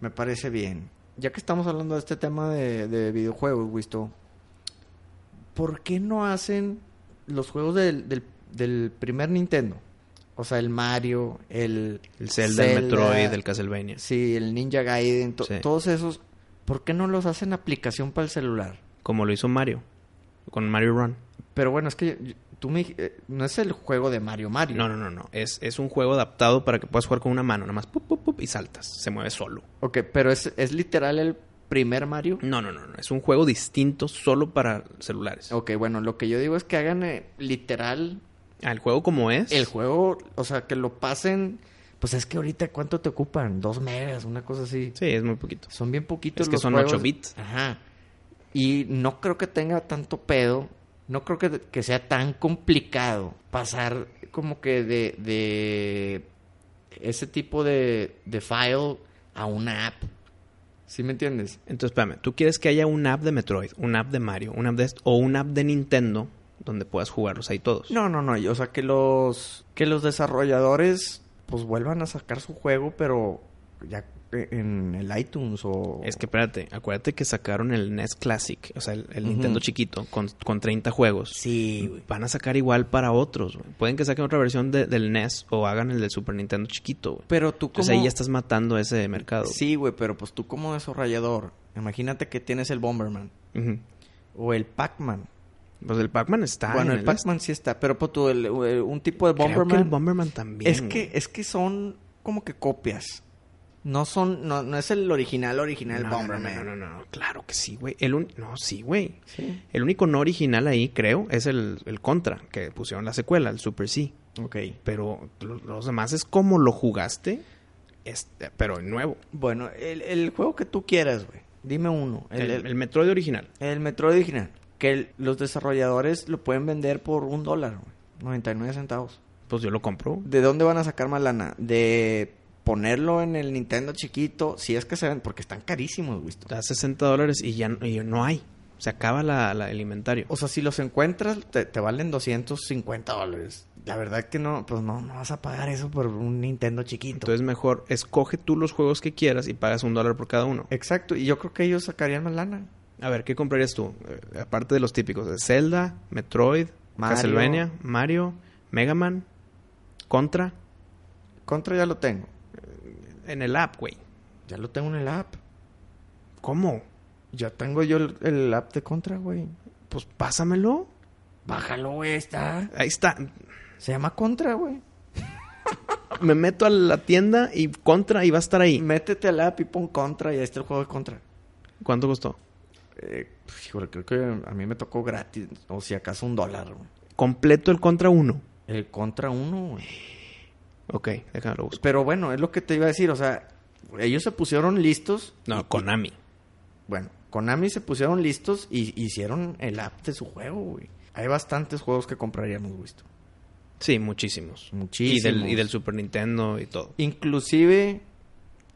S6: Me parece bien. Ya que estamos hablando de este tema de, de videojuegos, Wisto, ¿por qué no hacen los juegos del, del- del primer Nintendo? O sea, el Mario, el.
S1: El Zelda, el Metroid, el Castlevania.
S6: Sí, el Ninja Gaiden, to-
S1: Sí.
S6: todos esos. ¿Por qué no los hacen aplicación para el celular?
S1: Como lo hizo Mario. Con Mario Run.
S6: Pero bueno, es que yo- tú me. dij- eh, No es el juego de Mario Mario.
S1: No, no, no, no. Es, es un juego adaptado para que puedas jugar con una mano. Nada más pup, pup, pup, y saltas. Se mueve solo.
S6: Ok, pero es, es literal el primer Mario.
S1: No, no, no, no. Es un juego distinto solo para celulares.
S6: Ok, bueno, lo que yo digo es que hagan eh, literal
S1: Ah, el juego como es.
S6: el juego, o sea, que lo pasen. Pues es que ahorita, ¿cuánto te ocupan? Dos megas, una cosa así.
S1: Sí, es muy poquito.
S6: Son bien poquitos
S1: Es que
S6: los
S1: son
S6: juegos.
S1: 8 bits.
S6: Ajá. Y no creo que tenga tanto pedo. No creo que, que sea tan complicado pasar como que de, de ese tipo de, de file a una app. ¿Sí me entiendes?
S1: Entonces, espérame. ¿Tú quieres que haya una app de Metroid, una app de Mario, una app de esto, o una app de Nintendo donde puedas jugarlos ahí todos?
S6: No, no, no. y- O sea, que los, que los desarrolladores pues vuelvan a sacar su juego, pero ya en el iTunes o...
S1: Es que espérate, acuérdate que sacaron el NES Classic, o sea, el, el
S6: Ujú.
S1: Nintendo chiquito, con, con 30 juegos.
S6: Sí, güey.
S1: Van a sacar igual para otros, güey. Pueden que saquen otra versión de- del NES o hagan el del Super Nintendo chiquito, güey.
S6: Pero tú como...
S1: Entonces ahí ya estás matando ese mercado.
S6: Sí, güey, pero pues tú como desarrollador, imagínate que tienes el Bomberman
S1: Ujú.
S6: o el Pac-Man.
S1: Pues el Pac-Man está.
S6: bueno,
S1: en
S6: el Pac-Man sí está, pero pues tú, el- el- un tipo de
S1: Creo que
S6: Bomberman...
S1: el Bomberman también.
S6: es, que,
S1: güey.
S6: es que son como que copias. No son... No, no es el original original
S1: No, no,
S6: Bomberman.
S1: No, no, no, no, claro que sí, güey. El un- No, sí, güey.
S6: Sí.
S1: El único no original ahí, creo, es el, el Contra, que pusieron la secuela, el Super C.
S6: Ok.
S1: Pero lo- los demás es como lo jugaste, este, pero nuevo.
S6: Bueno, el, el juego que tú quieras, güey. Dime uno.
S1: El, el Metroid original.
S6: El Metroid original. Que el- los desarrolladores lo pueden vender por un dólar, güey. 99 centavos.
S1: Pues yo lo compro.
S6: ¿De dónde van a sacar más lana? De ponerlo en el Nintendo chiquito, si es que se ven, porque están carísimos, güey.
S1: Da 60 dólares y ya no, y no hay. Se acaba la, la- el inventario.
S6: O sea, si los encuentras, te, te valen 250 dólares. La verdad que no, pues no, no vas a pagar eso por un Nintendo chiquito.
S1: Entonces mejor escoge tú los juegos que quieras y pagas un dólar por cada uno.
S6: Exacto, y yo creo que ellos sacarían más lana.
S1: A ver, ¿qué comprarías tú? Eh, aparte de los típicos. de Zelda, Metroid,
S6: Mario.
S1: Castlevania, Mario, Mega Man, Contra.
S6: Contra ya lo tengo.
S1: En el app, güey.
S6: Ya lo tengo en el app.
S1: ¿Cómo?
S6: Ya tengo yo el, el app de Contra, güey.
S1: Pues pásamelo.
S6: Bájalo, güey, está.
S1: Ahí está.
S6: Se llama Contra, güey.
S1: Me meto a la tienda y Contra y va a estar ahí.
S6: Métete al app y pon Contra y ahí está el juego de Contra.
S1: ¿Cuánto costó?
S6: Eh, pues, híjole, creo que a mí me tocó gratis. O si acaso un dólar, güey.
S1: Completo el Contra 1.
S6: El Contra uno, güey.
S1: Ok, déjame lo busco.
S6: Pero bueno, es lo que te iba a decir. O sea, ellos se pusieron listos.
S1: No, Konami.
S6: Bueno, Konami se pusieron listos y hicieron el app de su juego, güey. Hay bastantes juegos que compraríamos, güey. esto.
S1: Sí, muchísimos.
S6: Muchísimos.
S1: Y del, y del Super Nintendo y todo.
S6: Inclusive,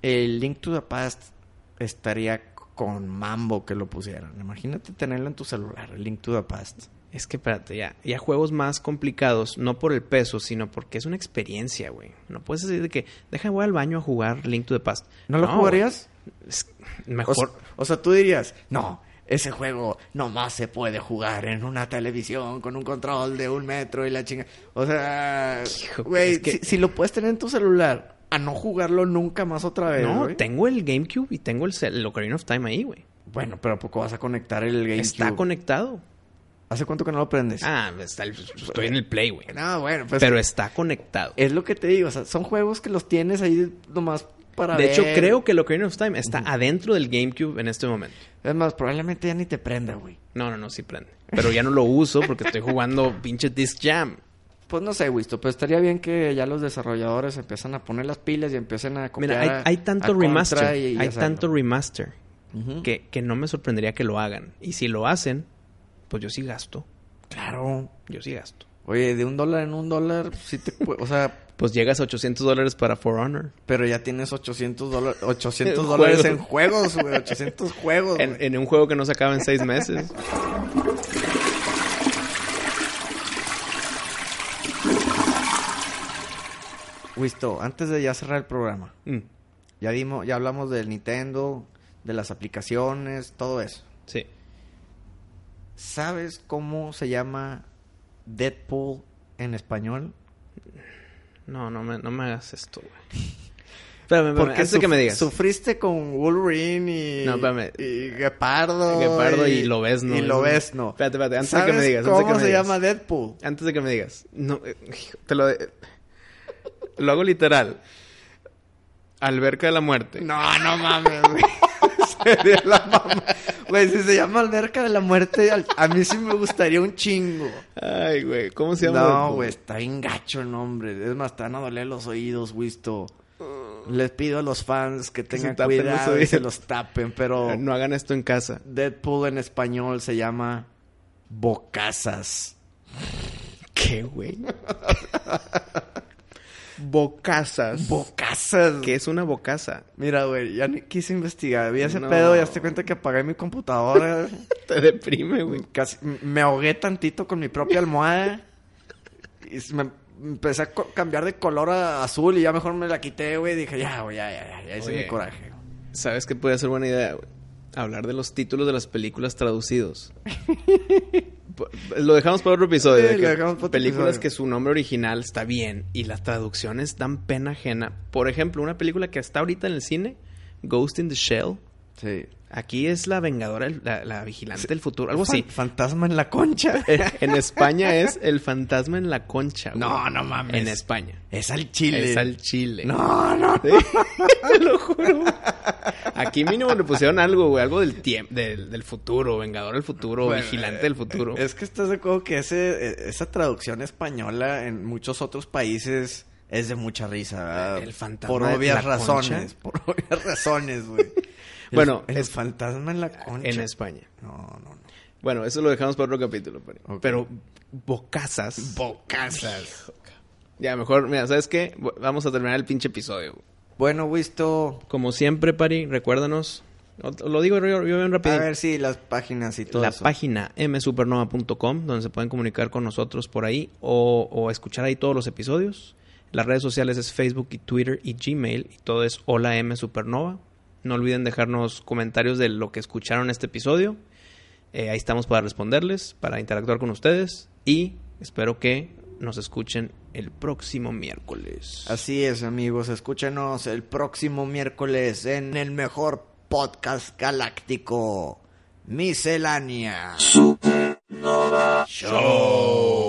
S6: el Link to the Past estaría con mambo que lo pusieran. Imagínate tenerlo en tu celular, el Link to the Past.
S1: Es que espérate, ya, ya juegos más complicados, no por el peso, sino porque es una experiencia, güey. No puedes decir de que, deja, voy al baño a jugar Link to the Past.
S6: ¿No lo jugarías?
S1: güey. Es-
S6: O,
S1: mejor.
S6: sea- o sea, tú dirías, no, ese juego nomás se puede jugar en una televisión con un control de un metro y la chinga. O sea,
S1: Hijo,
S6: güey,
S1: es que-
S6: si, si lo puedes tener en tu celular, a no jugarlo nunca más otra vez.
S1: no,
S6: güey.
S1: tengo el GameCube y tengo el, cel- el Ocarina of Time ahí, güey.
S6: Bueno, pero ¿a poco vas a conectar el GameCube?
S1: Está conectado.
S6: ¿Hace cuánto que no lo prendes?
S1: Ah, está el- estoy en el Play, güey.
S6: no, bueno, pues
S1: Pero está conectado.
S6: es lo que te digo. O sea, son juegos que los tienes ahí nomás para
S1: De
S6: ver.
S1: hecho, creo que el Ocarina of Time está adentro del GameCube en este momento.
S6: Es más, probablemente ya ni te prenda, güey.
S1: No, no, no, sí prende. Pero ya no lo uso porque estoy jugando pinche Disc Jam.
S6: Pues no sé, Wisto, pero estaría bien que ya los desarrolladores empiezan a poner las pilas y empiecen a copiar
S1: Mira, hay,
S6: a-
S1: hay
S6: a
S1: tanto
S6: Contra
S1: remaster.
S6: y- y
S1: hay
S6: hacerlo.
S1: tanto remaster
S6: Ujú.
S1: que, que no me sorprendería que lo hagan. Y si lo hacen, pues yo sí gasto.
S6: Claro.
S1: Yo sí gasto.
S6: Oye, de un dólar en un dólar, sí te pu- O sea,
S1: Pues llegas a 800 dólares para For Honor.
S6: pero ya tienes 800 dólares, 800
S1: En
S6: dólares en
S1: juegos.
S6: juegos, güey. 800 juegos,
S1: En,
S6: güey.
S1: en un juego que no se acaba en seis meses.
S6: Wisto, antes de ya cerrar el programa,
S1: Mm,
S6: ya, dimos, ya hablamos del Nintendo, de las aplicaciones, todo eso.
S1: sí.
S6: ¿Sabes cómo se llama Deadpool en español?
S1: No, no me, no me hagas esto, güey. Espérame, espérame.
S6: Porque
S1: Antes de que me
S6: ah, suf-
S1: digas.
S6: Sufriste con Wolverine y.
S1: No, espérame. Ah,
S6: Y Gepardo.
S1: Gepardo y lo ves, ¿no?
S6: Y lo ves, no.
S1: Espérate, espérate, antes de que me
S6: ¿Sabes
S1: digas, antes de que
S6: ¿Cómo
S1: me
S6: se
S1: digas.
S6: llama Deadpool?
S1: Antes de que me digas. No, eh, hijo, te lo... de- Lo hago literal. Alberca de la muerte.
S6: No, no mames, güey. Sería la mamá. Güey, si se llama Alberca de la Muerte, al- a mí sí me gustaría un chingo.
S1: Ay, güey. ¿Cómo se llama?
S6: No,
S1: Deadpool?
S6: güey, está bien gacho el nombre. Es más, te van a doler los oídos, Wisto. Les pido a los fans que
S1: Que se
S6: tengan
S1: tapen los
S6: cuidado y se
S1: oídos.
S6: los tapen, pero
S1: No hagan esto en casa.
S6: Deadpool en español se llama Bocazas.
S1: ¿Qué, güey? Bocazas.
S6: Bocazas.
S1: ¿Qué es una bocaza?
S6: Mira, güey, ya ni quise investigar. Vi ese
S1: No.
S6: pedo y hasta cuenta que apagué mi computadora.
S1: Te deprime, güey.
S6: Casi, m- me ahogué tantito con mi propia almohada. Y s- me empecé a co- cambiar de color a azul y ya mejor me la quité, güey. Dije, ya, güey, ya, ya, ya, ya hice
S1: Oye.
S6: mi coraje.
S1: ¿Sabes qué puede ser buena idea, güey? Hablar de los títulos de las películas traducidos. Po- lo dejamos para otro episodio. de
S6: Sí, lo
S1: que
S6: dejamos para otro
S1: películas
S6: episodio.
S1: que su nombre original está bien y las traducciones dan pena ajena. Por ejemplo, una película que está ahorita en el cine, Ghost in the Shell.
S6: Sí.
S1: Aquí es la vengadora, el- la, la vigilante del futuro, algo
S6: Fan-
S1: así.
S6: Fantasma en la concha.
S1: Eh, en España es El fantasma en la concha. güey.
S6: No, no mames.
S1: En España.
S6: Es al chile.
S1: Es al chile.
S6: No, no.
S1: Sí, Te lo juro. güey. Aquí mínimo le pusieron algo, güey. Algo del tiempo, del, del futuro, Vengador del futuro,
S6: Bueno,
S1: Vigilante del futuro.
S6: Es que estás de acuerdo que ese, e- esa traducción española en muchos otros países es de mucha risa. ¿verdad?
S1: El fantasma
S6: Por
S1: de la
S6: obvias
S1: concha.
S6: razones. Por obvias razones, güey. El-
S1: Bueno,
S6: el,
S1: es-
S6: fantasma en la concha.
S1: en España.
S6: No, no, no.
S1: Bueno, eso lo dejamos para otro capítulo. Pero,
S6: Ok.
S1: pero bocazas.
S6: Bocazas.
S1: ya, mejor, mira, ¿sabes qué? Bu- Vamos a terminar el pinche episodio. güey.
S6: Bueno, Wisto.
S1: Como siempre, Pari, recuérdanos. o- Lo digo yo, yo bien
S6: A
S1: rápido.
S6: ver si las páginas y todo
S1: la
S6: eso.
S1: página msupernova.com, donde se pueden comunicar con nosotros por ahí o, o escuchar ahí todos los episodios. Las redes sociales es Facebook y Twitter y Gmail y todo es hola msupernova. No olviden dejarnos comentarios de lo que escucharon en este episodio. Eh, ahí estamos para responderles, para interactuar con ustedes y espero que nos escuchen el próximo miércoles.
S6: Así es, amigos. Escúchenos el próximo miércoles en el mejor podcast galáctico. Miscelánea. Supernova Show.